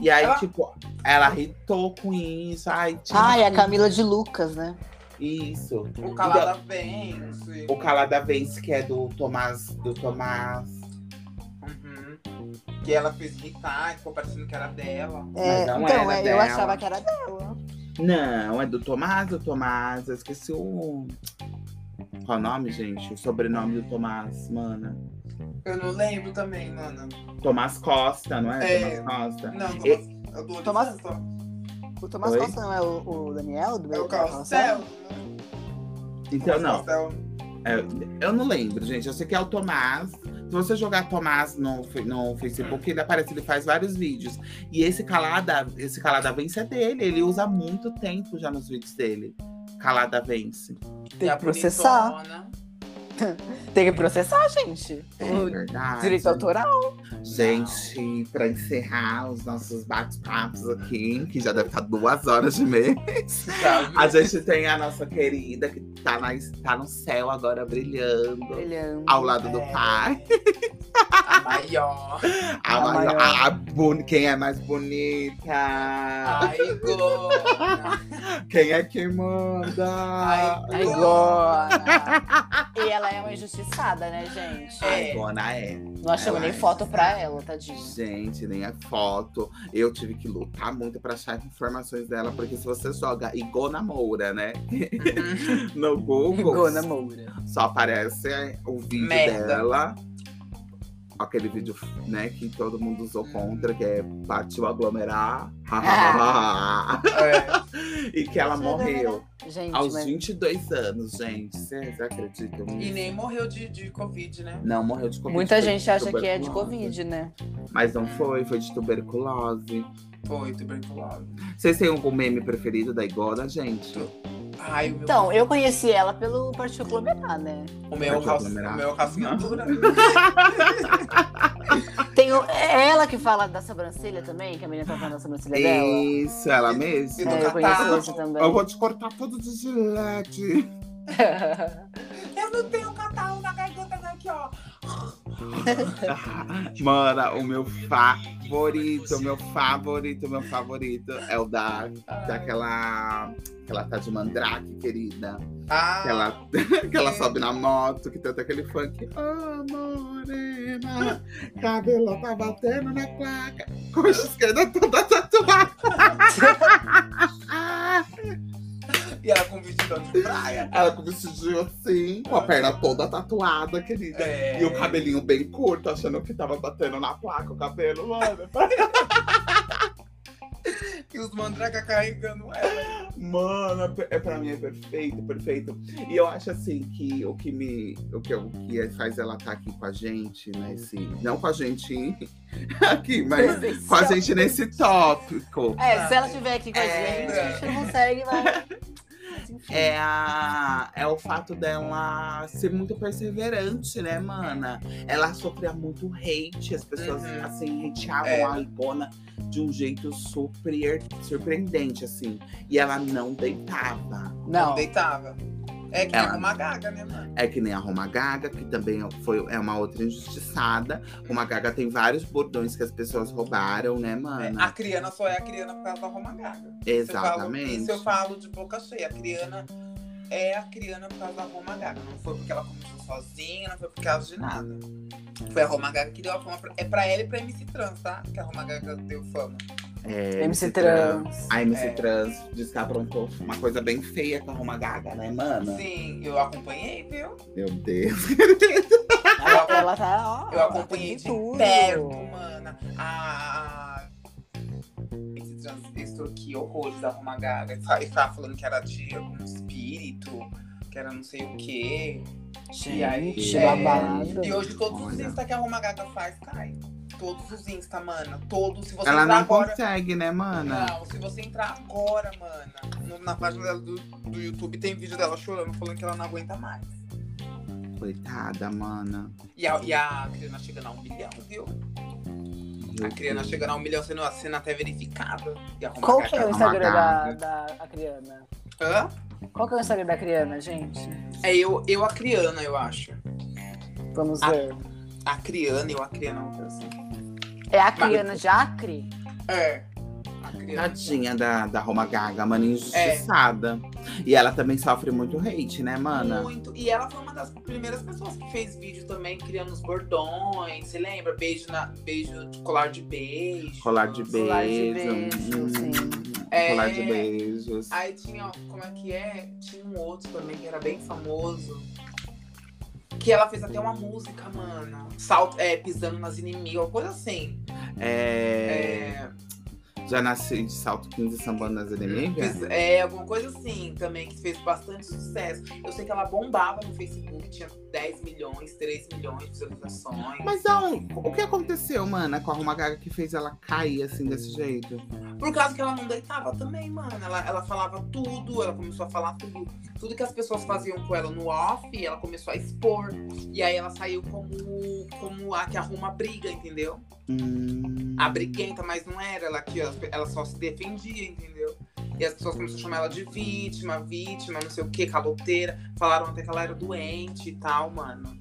[SPEAKER 2] E aí,
[SPEAKER 3] Ela-
[SPEAKER 2] tipo, ela irritou com isso. Ai, tinha
[SPEAKER 1] Ah, é a Camila de Lucas, né?
[SPEAKER 2] isso.
[SPEAKER 3] O Calada vem, não sei.
[SPEAKER 2] O Calada Vence, que é do Tomás. Do Tomás.
[SPEAKER 3] Uhum. Que ela fez irritar, ficou parecendo que era dela.
[SPEAKER 1] É,
[SPEAKER 2] Mas não
[SPEAKER 1] então,
[SPEAKER 2] era
[SPEAKER 1] é, eu
[SPEAKER 2] dela.
[SPEAKER 1] achava que era dela.
[SPEAKER 2] Não, é do Tomás, do Tomás. Eu esqueci o. Qual o nome, gente? O sobrenome do Tomás, mana.
[SPEAKER 3] Eu não lembro também, mano.
[SPEAKER 2] Tomás Costa, não é?
[SPEAKER 3] É.
[SPEAKER 2] Tomás Costa.
[SPEAKER 3] Não,
[SPEAKER 2] E-
[SPEAKER 3] Thomas. Eu dou
[SPEAKER 1] Thomas-
[SPEAKER 3] licença.
[SPEAKER 1] O Tomás
[SPEAKER 2] Oi?
[SPEAKER 1] Costa não é o, o Daniel do
[SPEAKER 3] É o
[SPEAKER 1] Big Brother?
[SPEAKER 3] Carrossel.
[SPEAKER 2] Então, não.
[SPEAKER 3] Carrossel.
[SPEAKER 2] é, eu não lembro, gente. Eu sei que é o Tomás. Se você jogar Tomás no, fe- no Facebook, ele aparece, ele faz vários vídeos. E esse Calada, esse Calada Vence é dele. Ele usa há muito tempo já nos vídeos dele. Calada Vence.
[SPEAKER 3] E
[SPEAKER 1] Tem
[SPEAKER 3] a
[SPEAKER 1] que processar.
[SPEAKER 3] bonitona.
[SPEAKER 1] Tem que processar, gente.
[SPEAKER 2] É
[SPEAKER 1] O
[SPEAKER 2] verdade.
[SPEAKER 1] direito autoral.
[SPEAKER 2] Gente, para encerrar os nossos bate-papos aqui, que já deve estar duas horas e meia,
[SPEAKER 3] Sabe?
[SPEAKER 2] a gente tem a nossa querida que tá, na, tá no céu agora brilhando,
[SPEAKER 1] Brilhando.
[SPEAKER 2] ao lado do
[SPEAKER 3] É.
[SPEAKER 2] pai.
[SPEAKER 3] A maior.
[SPEAKER 2] A,
[SPEAKER 1] A
[SPEAKER 2] maior-
[SPEAKER 1] maior.
[SPEAKER 2] a boni- quem é mais bonita?
[SPEAKER 3] Ai, gorda.
[SPEAKER 2] Quem é que manda?
[SPEAKER 3] Ai,
[SPEAKER 1] Ai, Gona. e ela é uma injustiçada, né, gente?
[SPEAKER 2] Ai, Gona é.
[SPEAKER 1] Não achamos
[SPEAKER 2] ela
[SPEAKER 1] nem
[SPEAKER 2] é
[SPEAKER 1] foto pra ela, tadinho.
[SPEAKER 2] Gente, nem a foto. Eu tive que lutar muito pra achar informações dela, porque se você joga Igona Moura, né? no Google,
[SPEAKER 1] Gona Moura.
[SPEAKER 2] só aparece o é, vídeo
[SPEAKER 3] Merda.
[SPEAKER 2] dela. aquele vídeo, né, que todo mundo usou contra, que é partiu aglomerar, ha, ha, ha, ha, ha,
[SPEAKER 3] É.
[SPEAKER 2] e que ela morreu
[SPEAKER 1] Gente,
[SPEAKER 2] aos
[SPEAKER 1] mas...
[SPEAKER 2] 22 anos, gente. Vocês acreditam
[SPEAKER 3] E
[SPEAKER 2] nisso?
[SPEAKER 3] nem morreu de, de Covid, né?
[SPEAKER 2] Não, morreu de Covid.
[SPEAKER 1] Muita
[SPEAKER 2] foi
[SPEAKER 1] gente
[SPEAKER 2] de
[SPEAKER 1] acha que é de
[SPEAKER 2] tuberculose.
[SPEAKER 1] Covid, né?
[SPEAKER 2] Mas não foi, foi de tuberculose.
[SPEAKER 3] Foi tuberculose.
[SPEAKER 2] Vocês têm algum meme preferido da Igoda, gente?
[SPEAKER 3] Ai, o meu,
[SPEAKER 1] Então, eu conheci ela pelo Partido Aglomerar, né?
[SPEAKER 3] o meu,
[SPEAKER 2] Vai
[SPEAKER 3] calça,
[SPEAKER 2] aglomerar.
[SPEAKER 3] o meu calcinha dura.
[SPEAKER 1] Tem o- é ela que fala da sobrancelha também, que a menina tá falando da sobrancelha dela.
[SPEAKER 2] Isso, ela
[SPEAKER 3] E
[SPEAKER 2] mesma.
[SPEAKER 3] do
[SPEAKER 1] É, eu conheço
[SPEAKER 3] catarro.
[SPEAKER 1] esse também.
[SPEAKER 2] Eu vou te cortar tudo de gilete.
[SPEAKER 3] Eu não tenho catarro na garganta daqui, ó.
[SPEAKER 2] Mana, o meu favorito, o meu favorito, o meu favorito é o da, daquela. Que ela tá de mandrake, querida.
[SPEAKER 3] Ah,
[SPEAKER 2] Que ela, que ela sobe na moto, que tem até aquele funk. Ah, morena, cabelo tá batendo na placa. Coxa esquerda toda tatuada.
[SPEAKER 3] E ela com vestidão de praia.
[SPEAKER 2] Ela com o vestidinho assim, com a perna toda tatuada, querida.
[SPEAKER 3] É.
[SPEAKER 2] E o cabelinho bem curto, achando que tava batendo na placa o cabelo, mano.
[SPEAKER 3] E os mandraca carregando ela.
[SPEAKER 2] Mano, é per- é pra mim é perfeito, perfeito. E eu acho assim que o que me. O que, o que é- faz ela estar aqui com a gente, nesse. Não com a gente aqui, mas com a gente nesse tópico.
[SPEAKER 1] É, se ela estiver aqui com a
[SPEAKER 2] É.
[SPEAKER 1] gente, a gente não consegue, mas.
[SPEAKER 2] É, a, é o fato dela ser muito perseverante, né, mana? Ela sofria muito hate, as pessoas
[SPEAKER 3] Uhum.
[SPEAKER 2] assim, hateavam
[SPEAKER 3] É.
[SPEAKER 2] a Icona de um jeito surpre- surpreendente, assim. E ela não deitava.
[SPEAKER 1] Não.
[SPEAKER 3] Deitava. É que
[SPEAKER 2] Ela-
[SPEAKER 3] é uma gaga, né, mano?
[SPEAKER 2] É que nem a Roma Gaga, que também foi, é uma outra injustiçada. Roma Gaga tem vários bordões que as pessoas roubaram, né,
[SPEAKER 3] É, a
[SPEAKER 2] mana?
[SPEAKER 3] Criana só é a Criana por causa da Roma Gaga. Isso eu falo-
[SPEAKER 2] Exatamente.
[SPEAKER 3] Isso eu falo de boca cheia. A Criana é a Criana por causa da Roma Gaga. Não foi porque ela começou sozinha, não foi por causa de nada.
[SPEAKER 2] Hum, é.
[SPEAKER 3] Foi a Roma Gaga que deu a fama. Pra... É pra ela e pra MC Trans, tá? Que a Roma Gaga deu fama.
[SPEAKER 2] É,
[SPEAKER 1] MC Trans.
[SPEAKER 2] A MC
[SPEAKER 3] É.
[SPEAKER 2] Trans diz que aprontou uma coisa bem feia com a Roma Gaga, né, mana?
[SPEAKER 3] Sim, eu acompanhei, viu?
[SPEAKER 2] Meu Deus.
[SPEAKER 1] Ela, ela tá, ó.
[SPEAKER 3] Eu acompanhei
[SPEAKER 1] ela
[SPEAKER 3] de
[SPEAKER 1] tem tudo.
[SPEAKER 3] perto, mana. A. a- Esse transistor aqui, horrores da Roma Gaga. Ele fa- ele tava falando que era de algum espírito, que era não sei o quê. E aí,
[SPEAKER 1] Gente,
[SPEAKER 2] é,
[SPEAKER 1] babado.
[SPEAKER 3] E hoje todos os
[SPEAKER 2] Olha.
[SPEAKER 3] Insta que a Roma Gaga faz, cai. Todos os Insta, mana. Todos. Se você
[SPEAKER 2] Ela
[SPEAKER 3] entrar
[SPEAKER 2] não
[SPEAKER 3] agora.
[SPEAKER 2] consegue, né, mana?
[SPEAKER 3] Não, se você entrar agora, mana, no- na página dela do, do YouTube tem vídeo dela chorando, falando que ela não aguenta mais. É.
[SPEAKER 2] Coitada, mana.
[SPEAKER 3] E a, e a Criana chegando a um milhão, viu? A Criana chegando a um milhão sendo, sendo até verificada. E a Roma
[SPEAKER 1] Qual
[SPEAKER 3] Gaga-
[SPEAKER 1] que é o
[SPEAKER 2] uma
[SPEAKER 1] Instagram da,
[SPEAKER 2] gaga.
[SPEAKER 1] da a Criana?
[SPEAKER 3] Hã?
[SPEAKER 1] Qual que é o Instagram da Criana, gente?
[SPEAKER 3] É eu, eu a Criana, eu acho.
[SPEAKER 1] Vamos
[SPEAKER 3] Ah.
[SPEAKER 1] ver.
[SPEAKER 3] A Criana, eu a Criana, uma coisa assim.
[SPEAKER 1] É a Criana Jacre?
[SPEAKER 3] É. A Criana.
[SPEAKER 2] Tadinha da, da Roma Gaga,
[SPEAKER 3] É.
[SPEAKER 2] mana injustiçada. E ela também sofre muito hate, né, mana?
[SPEAKER 3] Muito. E ela foi uma das primeiras pessoas que fez vídeo também, criando os bordões. Você lembra? Beijo na. Beijo, de colar de beijo.
[SPEAKER 2] Colar de beijo.
[SPEAKER 1] Colar de beijo,
[SPEAKER 2] hum,
[SPEAKER 3] É.
[SPEAKER 2] Colar de beijos.
[SPEAKER 3] Aí tinha, ó, como é que é? Tinha um outro também que era bem famoso. Que ela fez até uma música, mano. Salto, é, pisando nas inimigas, uma coisa assim.
[SPEAKER 2] É,
[SPEAKER 3] É,
[SPEAKER 2] Já nasci de salto 15 sambando nas inimigas?
[SPEAKER 3] pis- é, alguma coisa assim também, que fez bastante sucesso. Eu sei que ela bombava no Facebook, tinha 10 milhões, 3 milhões de visualizações.
[SPEAKER 2] Mas não, o que aconteceu, mana, com a Roma Gaga que fez ela cair assim desse jeito?
[SPEAKER 3] Por causa que ela não deitava também, mano. Ela, ela falava tudo, ela começou a falar tudo. Tudo que as pessoas faziam com ela no off, ela começou a expor. E aí ela saiu como, como a que arruma briga, entendeu?
[SPEAKER 2] Hum,
[SPEAKER 3] A briguenta, mas não era. Ela, que, ela só se defendia, entendeu? E as pessoas começaram a chamar ela de vítima, vítima, não sei o quê, caloteira. Falaram até que ela era doente e tal, mano.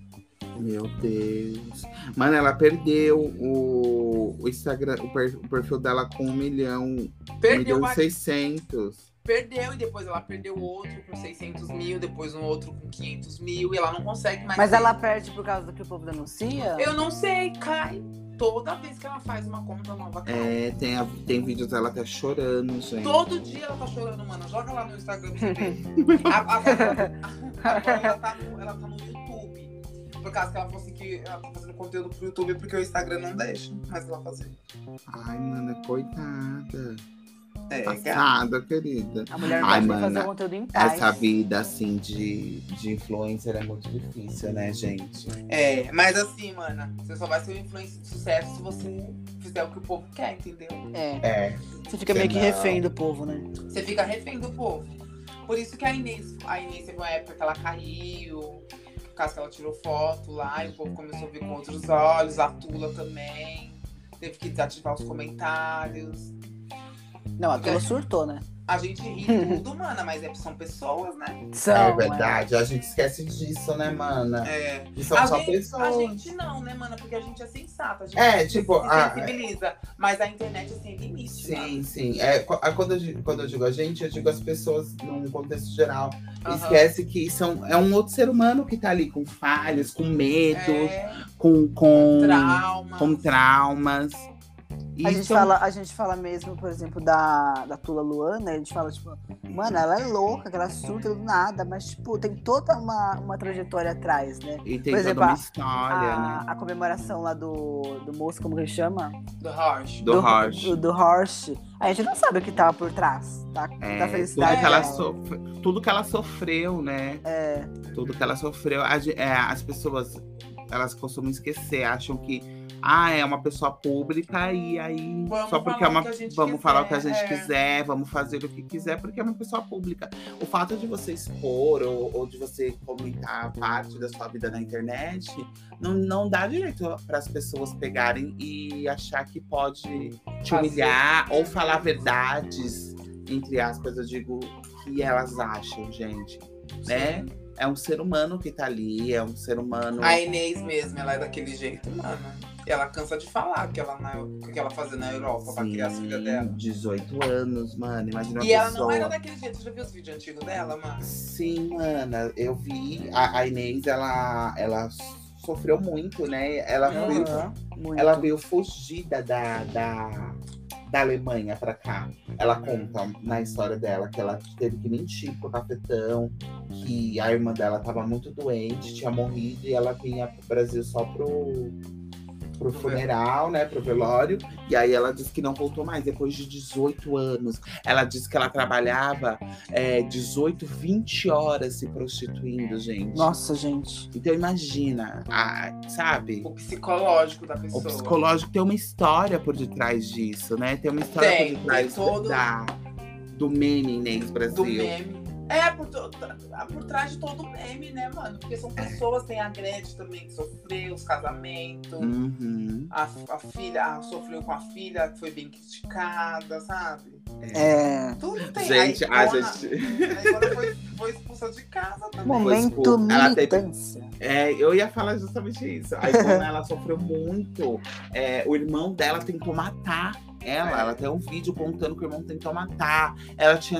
[SPEAKER 2] Meu Deus. Mano, ela perdeu o, o Instagram, o, per- o perfil dela com 1 milhão, 1
[SPEAKER 3] Perdeu
[SPEAKER 2] milhão
[SPEAKER 3] a
[SPEAKER 2] e 600.
[SPEAKER 3] Perdeu e depois ela perdeu outro com 600 mil, depois um outro com 500 mil, e ela não consegue mais.
[SPEAKER 1] Mas
[SPEAKER 3] ter
[SPEAKER 1] ela perde por causa do que o povo denuncia?
[SPEAKER 3] Eu não sei, cai. Toda vez que ela faz uma conta nova, cai.
[SPEAKER 2] É, tem, a- tem vídeos dela até chorando, gente.
[SPEAKER 3] Todo dia ela tá chorando, mano. Joga lá no Instagram pra você ver. A- a- Agora ela tá no, ela tá no YouTube. Por causa que ela falou assim que ela tá fazendo conteúdo pro YouTube porque o Instagram não deixa. Mas ela fazia.
[SPEAKER 2] Ai, mana, coitada.
[SPEAKER 3] É, cara.
[SPEAKER 2] Passada, querida.
[SPEAKER 1] A mulher não
[SPEAKER 2] Ai,
[SPEAKER 1] pode nem fazer
[SPEAKER 2] mana,
[SPEAKER 1] conteúdo em paz.
[SPEAKER 2] Essa vida, assim, de, de influencer é muito difícil, né, gente?
[SPEAKER 3] É, mas assim, mana, você só vai ser um influencer de sucesso se você fizer o que o povo quer, entendeu?
[SPEAKER 1] É.
[SPEAKER 2] É.
[SPEAKER 1] Você fica meio que
[SPEAKER 2] Não.
[SPEAKER 1] refém do povo, né?
[SPEAKER 3] Você fica refém do povo. Por isso que a Inês, a Inês teve uma época que ela caiu, por causa que ela tirou foto lá, e o povo começou a ver com outros olhos, a Tula também. Teve que desativar os comentários.
[SPEAKER 1] Não, a Tula
[SPEAKER 3] É.
[SPEAKER 1] surtou, né?
[SPEAKER 3] A gente ri tudo, mana, mas é- são pessoas, né?
[SPEAKER 1] São,
[SPEAKER 2] é verdade, a gente esquece disso, né, mana?
[SPEAKER 3] É.
[SPEAKER 2] E são
[SPEAKER 3] a,
[SPEAKER 2] Então, só
[SPEAKER 3] gente, a
[SPEAKER 2] pessoas.
[SPEAKER 3] gente não, né, mana? Porque a gente é sensata. A gente
[SPEAKER 2] É, tipo,
[SPEAKER 3] se
[SPEAKER 2] a-
[SPEAKER 3] sensibiliza. Mas a internet é sem limite, né?
[SPEAKER 2] Sim, sim. É, qu- a- quando, eu digo, quando eu digo a gente, eu digo as pessoas num contexto geral.
[SPEAKER 3] Aham.
[SPEAKER 2] Esquece que são, é um outro ser humano que tá ali com falhas, com medos,
[SPEAKER 3] É,
[SPEAKER 2] com, com,
[SPEAKER 3] trauma.
[SPEAKER 2] com traumas. E
[SPEAKER 1] A gente,
[SPEAKER 2] são-
[SPEAKER 1] fala, a gente fala mesmo, por exemplo, da, da Tula Luana, a gente fala, tipo, mano, ela é louca, que ela surta do nada, mas, tipo, tem toda uma, uma trajetória atrás, né?
[SPEAKER 2] E tem
[SPEAKER 1] por
[SPEAKER 2] toda
[SPEAKER 1] exemplo,
[SPEAKER 2] uma
[SPEAKER 1] a-
[SPEAKER 2] história,
[SPEAKER 1] a,
[SPEAKER 2] né?
[SPEAKER 1] a comemoração lá do, do moço, como que ele chama?
[SPEAKER 3] Do Harsh.
[SPEAKER 2] Do Harsh.
[SPEAKER 1] Do, do Horst. A gente não sabe o que tava por trás, tá?
[SPEAKER 2] É,
[SPEAKER 1] da
[SPEAKER 2] tudo,
[SPEAKER 1] felicidade
[SPEAKER 2] que ela
[SPEAKER 1] dela.
[SPEAKER 2] sof- tudo que ela sofreu, né?
[SPEAKER 1] É,
[SPEAKER 2] Tudo que ela sofreu. A ge- é, as pessoas, elas costumam esquecer, acham que ah, é uma pessoa pública e aí
[SPEAKER 3] Vamos
[SPEAKER 2] só porque
[SPEAKER 3] falar
[SPEAKER 2] é
[SPEAKER 3] o
[SPEAKER 2] uma
[SPEAKER 3] que a gente
[SPEAKER 2] vamos
[SPEAKER 3] quiser,
[SPEAKER 2] falar o que a gente
[SPEAKER 3] é.
[SPEAKER 2] quiser, vamos fazer o que quiser, porque é uma pessoa pública. O fato de você expor ou, ou de você comentar parte da sua vida na internet não, não dá direito para as pessoas pegarem e achar que pode te
[SPEAKER 3] Fazer.
[SPEAKER 2] humilhar ou falar verdades, entre aspas, eu digo, que elas acham, gente. Né? É um ser humano que tá ali, é um ser humano.
[SPEAKER 3] A Inês mesmo, ela é daquele jeito, mano. E ela cansa de falar que ela na- que ela fazia na Europa pra criar as filhas
[SPEAKER 2] Sim,
[SPEAKER 3] dela.
[SPEAKER 2] 18 anos, mano. Imagina uma
[SPEAKER 3] E ela não
[SPEAKER 2] pessoa.
[SPEAKER 3] era daquele jeito. Você já viu os vídeos antigos dela, mano?
[SPEAKER 2] Sim, mana, eu vi. A, a Inês, ela, ela sofreu muito, né? Ela,
[SPEAKER 3] Uhum.
[SPEAKER 2] veio,
[SPEAKER 1] aham, muito.
[SPEAKER 2] ela veio fugida da, da, da Alemanha pra cá. Ela conta na história dela que ela teve que mentir pro cafetão, que a irmã dela tava muito doente, tinha morrido, e ela vinha pro Brasil só pro. Pro funeral, né? Pro velório. E aí ela disse que não voltou mais, depois de 18 anos. Ela disse que ela trabalhava é, 18, 20 horas se prostituindo, gente.
[SPEAKER 1] Nossa, gente.
[SPEAKER 2] Então imagina, a- sabe?
[SPEAKER 3] O psicológico da
[SPEAKER 2] O
[SPEAKER 3] pessoa.
[SPEAKER 2] psicológico tem uma história por detrás disso, né? Tem uma história
[SPEAKER 3] Tem,
[SPEAKER 2] por detrás
[SPEAKER 3] tem todo-
[SPEAKER 2] da, do meme Inês
[SPEAKER 3] do
[SPEAKER 2] Brasil.
[SPEAKER 3] meme. É, por, to- tra- por trás de todo meme, né, mano? Porque são pessoas, tem a Gretchen também que sofreu, os casamentos.
[SPEAKER 2] Uhum,
[SPEAKER 3] A, a filha a- sofreu com a filha, foi bem criticada, sabe?
[SPEAKER 2] é.
[SPEAKER 1] É.
[SPEAKER 3] Tudo tem.
[SPEAKER 2] Gente, a
[SPEAKER 3] Ivona-
[SPEAKER 2] gente.
[SPEAKER 3] a Ivona foi, foi expulsa de casa também.
[SPEAKER 1] Momento
[SPEAKER 2] expulsa. Ela teve-
[SPEAKER 1] militância.
[SPEAKER 2] É, eu ia falar justamente isso. A Ivona, ela sofreu muito. É, o irmão dela tentou matar ela.
[SPEAKER 3] É.
[SPEAKER 2] Ela tem um vídeo contando que o irmão tentou matar. Ela tinha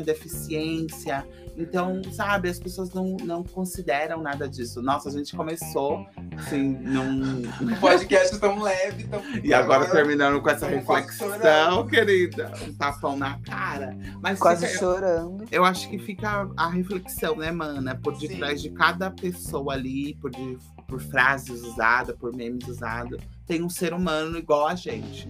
[SPEAKER 2] deficiência. Então, sabe, as pessoas não, não consideram nada disso. Nossa, a gente começou, assim, num...
[SPEAKER 3] O podcast tão leve, tão.
[SPEAKER 2] E agora terminando com essa
[SPEAKER 3] Tamo quase
[SPEAKER 2] reflexão,
[SPEAKER 3] chorando.
[SPEAKER 2] querida. Um tapão na cara. Mas
[SPEAKER 1] Quase
[SPEAKER 2] fica-
[SPEAKER 1] chorando.
[SPEAKER 2] eu acho que fica a reflexão, né, mana? Por
[SPEAKER 3] Sim.
[SPEAKER 2] detrás de cada pessoa ali, por, de- por frases usadas, por memes usados, tem um ser humano igual a gente.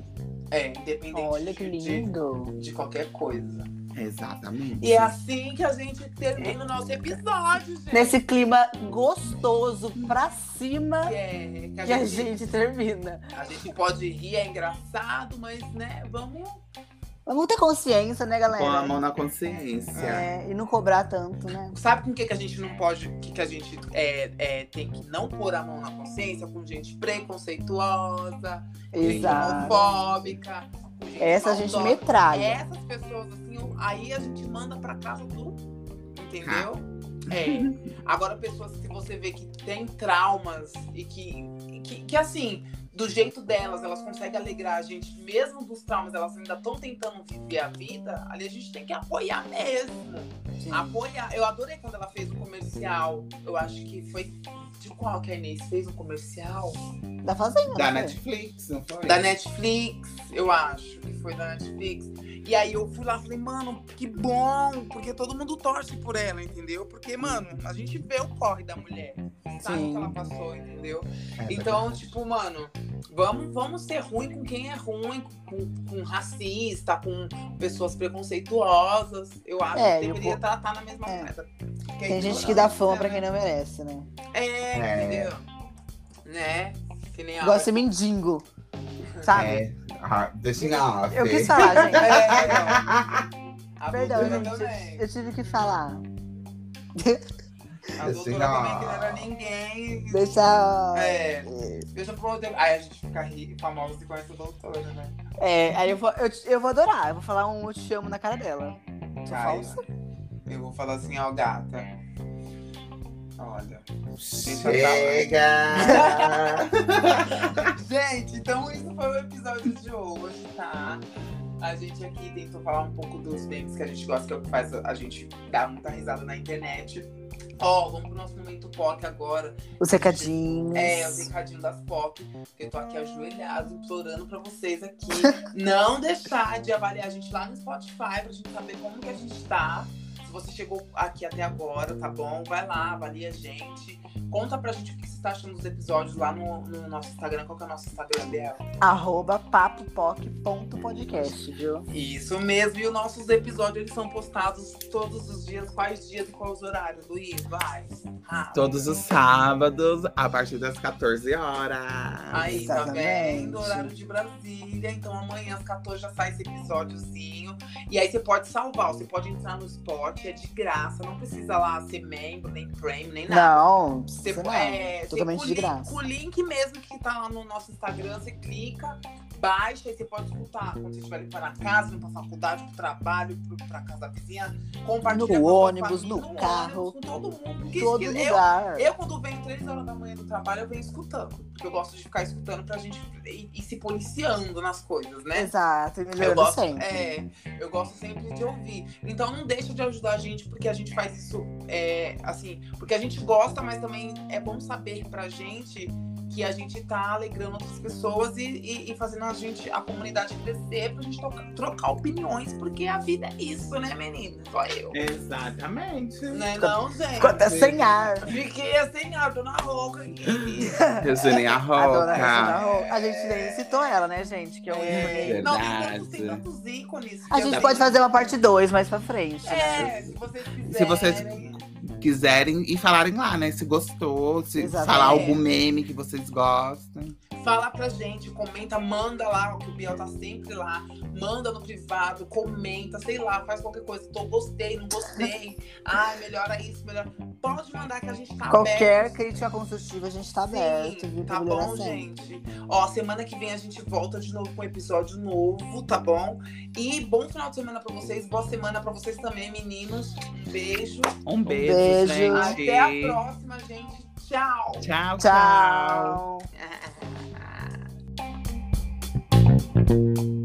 [SPEAKER 3] É, independente
[SPEAKER 1] Olha
[SPEAKER 3] de-
[SPEAKER 1] que
[SPEAKER 3] de,
[SPEAKER 1] lindo.
[SPEAKER 3] de qualquer coisa.
[SPEAKER 2] Exatamente.
[SPEAKER 3] E é assim que a gente termina o nosso episódio, gente.
[SPEAKER 1] Nesse clima gostoso pra cima
[SPEAKER 3] Que, é- que a
[SPEAKER 1] que a
[SPEAKER 3] gente,
[SPEAKER 1] gente termina.
[SPEAKER 3] a gente pode rir, é engraçado, mas né, vamos.
[SPEAKER 1] Vamos ter consciência, né,
[SPEAKER 2] Com a
[SPEAKER 1] galera?
[SPEAKER 2] mão na consciência.
[SPEAKER 1] É, e não cobrar tanto, né?
[SPEAKER 3] Sabe com o que, que a gente não pode, o que, que a gente é, é, tem que não pôr a mão na consciência? Com gente preconceituosa, gente
[SPEAKER 1] Exato.
[SPEAKER 3] homofóbica. com gente
[SPEAKER 1] Essa a gente
[SPEAKER 3] maldosa.
[SPEAKER 1] metralha.
[SPEAKER 3] Essas pessoas, assim, eu- aí a gente manda pra casa do. Entendeu?
[SPEAKER 2] Rabo.
[SPEAKER 3] É. Agora, pessoas que você vê que tem traumas e que, que, que, assim, do jeito delas, elas conseguem alegrar a gente, mesmo dos traumas, elas ainda estão tentando viver a vida, ali a gente tem que apoiar mesmo.
[SPEAKER 1] Sim.
[SPEAKER 3] Apoiar. Eu adorei quando ela fez o comercial. Eu acho que foi. De qual que a Inês fez um comercial?
[SPEAKER 1] Da Fazenda.
[SPEAKER 2] Da
[SPEAKER 1] né?
[SPEAKER 2] Netflix, não foi?
[SPEAKER 3] É. Da Netflix, eu acho que foi da Netflix. E aí eu fui lá e falei, mano, que bom, porque todo mundo torce por ela, entendeu? Porque, mano, a gente vê o corre da mulher, sabe o
[SPEAKER 1] Sim.
[SPEAKER 3] que ela passou, entendeu?
[SPEAKER 2] É,
[SPEAKER 3] Então, tipo, mano, vamos, vamos ser ruim com quem é ruim, com, com racista, com pessoas preconceituosas. Eu acho
[SPEAKER 1] É,
[SPEAKER 3] que
[SPEAKER 1] eu
[SPEAKER 3] deveria
[SPEAKER 1] vou-
[SPEAKER 3] tratar na mesma
[SPEAKER 1] É.
[SPEAKER 3] moeda.
[SPEAKER 1] Tem gente que dá fama pra quem não merece, né?
[SPEAKER 3] É,
[SPEAKER 2] É.
[SPEAKER 3] entendeu? Né? Que nem a.
[SPEAKER 1] Igual esse mendigo. Sabe?
[SPEAKER 2] É, ah, deixa em off.
[SPEAKER 1] Eu quis falar,
[SPEAKER 3] É,
[SPEAKER 1] gente.
[SPEAKER 3] não. A
[SPEAKER 1] Perdão,
[SPEAKER 3] Dudu
[SPEAKER 1] gente.
[SPEAKER 3] também.
[SPEAKER 1] Eu, eu tive que falar.
[SPEAKER 3] A
[SPEAKER 2] Eu sei
[SPEAKER 3] doutora
[SPEAKER 2] lá.
[SPEAKER 3] também que não era ninguém.
[SPEAKER 1] Deixar.
[SPEAKER 3] É, deixa pro outro. Aí a gente fica ri- famoso e conhece a doutora, né?
[SPEAKER 1] É, aí eu vou, eu, te- eu vou adorar. Eu vou falar um eu te amo na cara dela. Sou
[SPEAKER 3] Ai,
[SPEAKER 1] falsa?
[SPEAKER 3] Eu vou falar assim, ó, gata. Olha.
[SPEAKER 2] Chega!
[SPEAKER 3] Gente, então isso foi o episódio de hoje, tá? A gente aqui tentou falar um pouco dos memes que a gente gosta, que é o que faz a gente dar muita risada na internet. Ó, vamos pro nosso momento POC agora.
[SPEAKER 1] Os recadinhos.
[SPEAKER 3] É, o recadinho das pop. que Eu tô aqui ajoelhado, implorando pra vocês aqui não deixar de avaliar a gente lá no Spotify pra gente saber como que a gente tá. Se você chegou aqui até agora, tá bom? Vai lá, avalia a gente. Conta pra gente o que você tá achando dos episódios lá no, no nosso Instagram. Qual que é o nosso Instagram, Biel?
[SPEAKER 1] Arroba papopoc.podcast, viu?
[SPEAKER 3] Isso mesmo. E os nossos episódios, eles são postados todos os dias. Quais dias e quais horários, Luiz? Vai. Ah.
[SPEAKER 2] Todos os sábados, a partir das 14 horas.
[SPEAKER 3] Aí, tá
[SPEAKER 1] Exatamente.
[SPEAKER 3] vendo? Horário de Brasília. Então amanhã às 14 já sai esse episódiozinho. E aí você pode salvar, você pode entrar no spot, é de graça, não precisa lá ser membro, nem prêmio, nem nada.
[SPEAKER 1] Não,
[SPEAKER 3] Você,
[SPEAKER 1] sei lá.
[SPEAKER 3] é, você
[SPEAKER 1] totalmente
[SPEAKER 3] com
[SPEAKER 1] de
[SPEAKER 3] link-
[SPEAKER 1] graça.
[SPEAKER 3] com O link mesmo que tá lá no nosso Instagram, você clica, baixa, aí você pode escutar quando você estiver indo para casa, indo pra faculdade, pro trabalho, pro, pra casa da vizinha, compartilha
[SPEAKER 1] No
[SPEAKER 3] com a sua
[SPEAKER 1] ônibus,
[SPEAKER 3] família,
[SPEAKER 1] no carro,
[SPEAKER 3] com todo mundo. é porque
[SPEAKER 1] Em todo
[SPEAKER 3] eu-
[SPEAKER 1] lugar.
[SPEAKER 3] eu, quando venho três horas da manhã do trabalho, eu venho escutando. Porque eu gosto de ficar escutando pra gente ir, ir se policiando nas coisas, né?
[SPEAKER 1] Exato, e
[SPEAKER 3] Eu
[SPEAKER 1] melhorando
[SPEAKER 3] gosto,
[SPEAKER 1] sempre.
[SPEAKER 3] é, eu gosto sempre de ouvir. Então não deixa de ajudar a gente, porque a gente faz isso é, assim, porque a gente gosta, mas também é bom saber pra gente que a gente tá alegrando outras pessoas e, e- e fazendo a gente, a comunidade crescer, pra gente trocar, trocar opiniões, porque a vida é isso, né, menina? Só eu.
[SPEAKER 2] Exatamente.
[SPEAKER 3] Né, não, gente?
[SPEAKER 1] Ficou até sem ar.
[SPEAKER 3] Fiquei
[SPEAKER 2] É.
[SPEAKER 3] assim, ó, tô na rouca aqui.
[SPEAKER 2] Resumindo a
[SPEAKER 1] A dona Regina
[SPEAKER 2] roca.
[SPEAKER 1] Roca. A gente nem citou ela, né, gente? Que é um
[SPEAKER 3] É,
[SPEAKER 1] ícone.
[SPEAKER 3] Não,
[SPEAKER 2] Verdade.
[SPEAKER 3] tem tantos, tem tantos ícones.
[SPEAKER 1] A
[SPEAKER 3] que
[SPEAKER 1] gente
[SPEAKER 3] eu-
[SPEAKER 1] pode fazer uma parte 2 mais pra frente.
[SPEAKER 3] É, se vocês quiserem.
[SPEAKER 2] Se vocês Quiserem e falarem lá, né? Se gostou, se
[SPEAKER 1] Exatamente.
[SPEAKER 2] falar algum meme que vocês gostam.
[SPEAKER 3] Fala pra gente, comenta, manda lá, que o Biel tá sempre lá. Manda no privado, comenta, sei lá, faz qualquer coisa. Tô, gostei, não gostei. Ai, melhora isso, melhora. Pode mandar que a gente tá
[SPEAKER 1] Qualquer
[SPEAKER 3] aberto.
[SPEAKER 1] crítica construtiva a gente tá
[SPEAKER 3] Sim,
[SPEAKER 1] aberto, viu? Pra
[SPEAKER 3] tá
[SPEAKER 1] melhorar
[SPEAKER 3] bom,
[SPEAKER 1] sempre.
[SPEAKER 3] gente. Ó, semana que vem a gente volta de novo com um episódio novo, tá bom? E bom final de semana pra vocês, boa semana pra vocês também, meninos. Um beijo.
[SPEAKER 2] Um beijo,
[SPEAKER 1] beijo.
[SPEAKER 2] gente.
[SPEAKER 3] Até a próxima, gente. Tchau.
[SPEAKER 2] Tchau, tchau.
[SPEAKER 1] Tchau.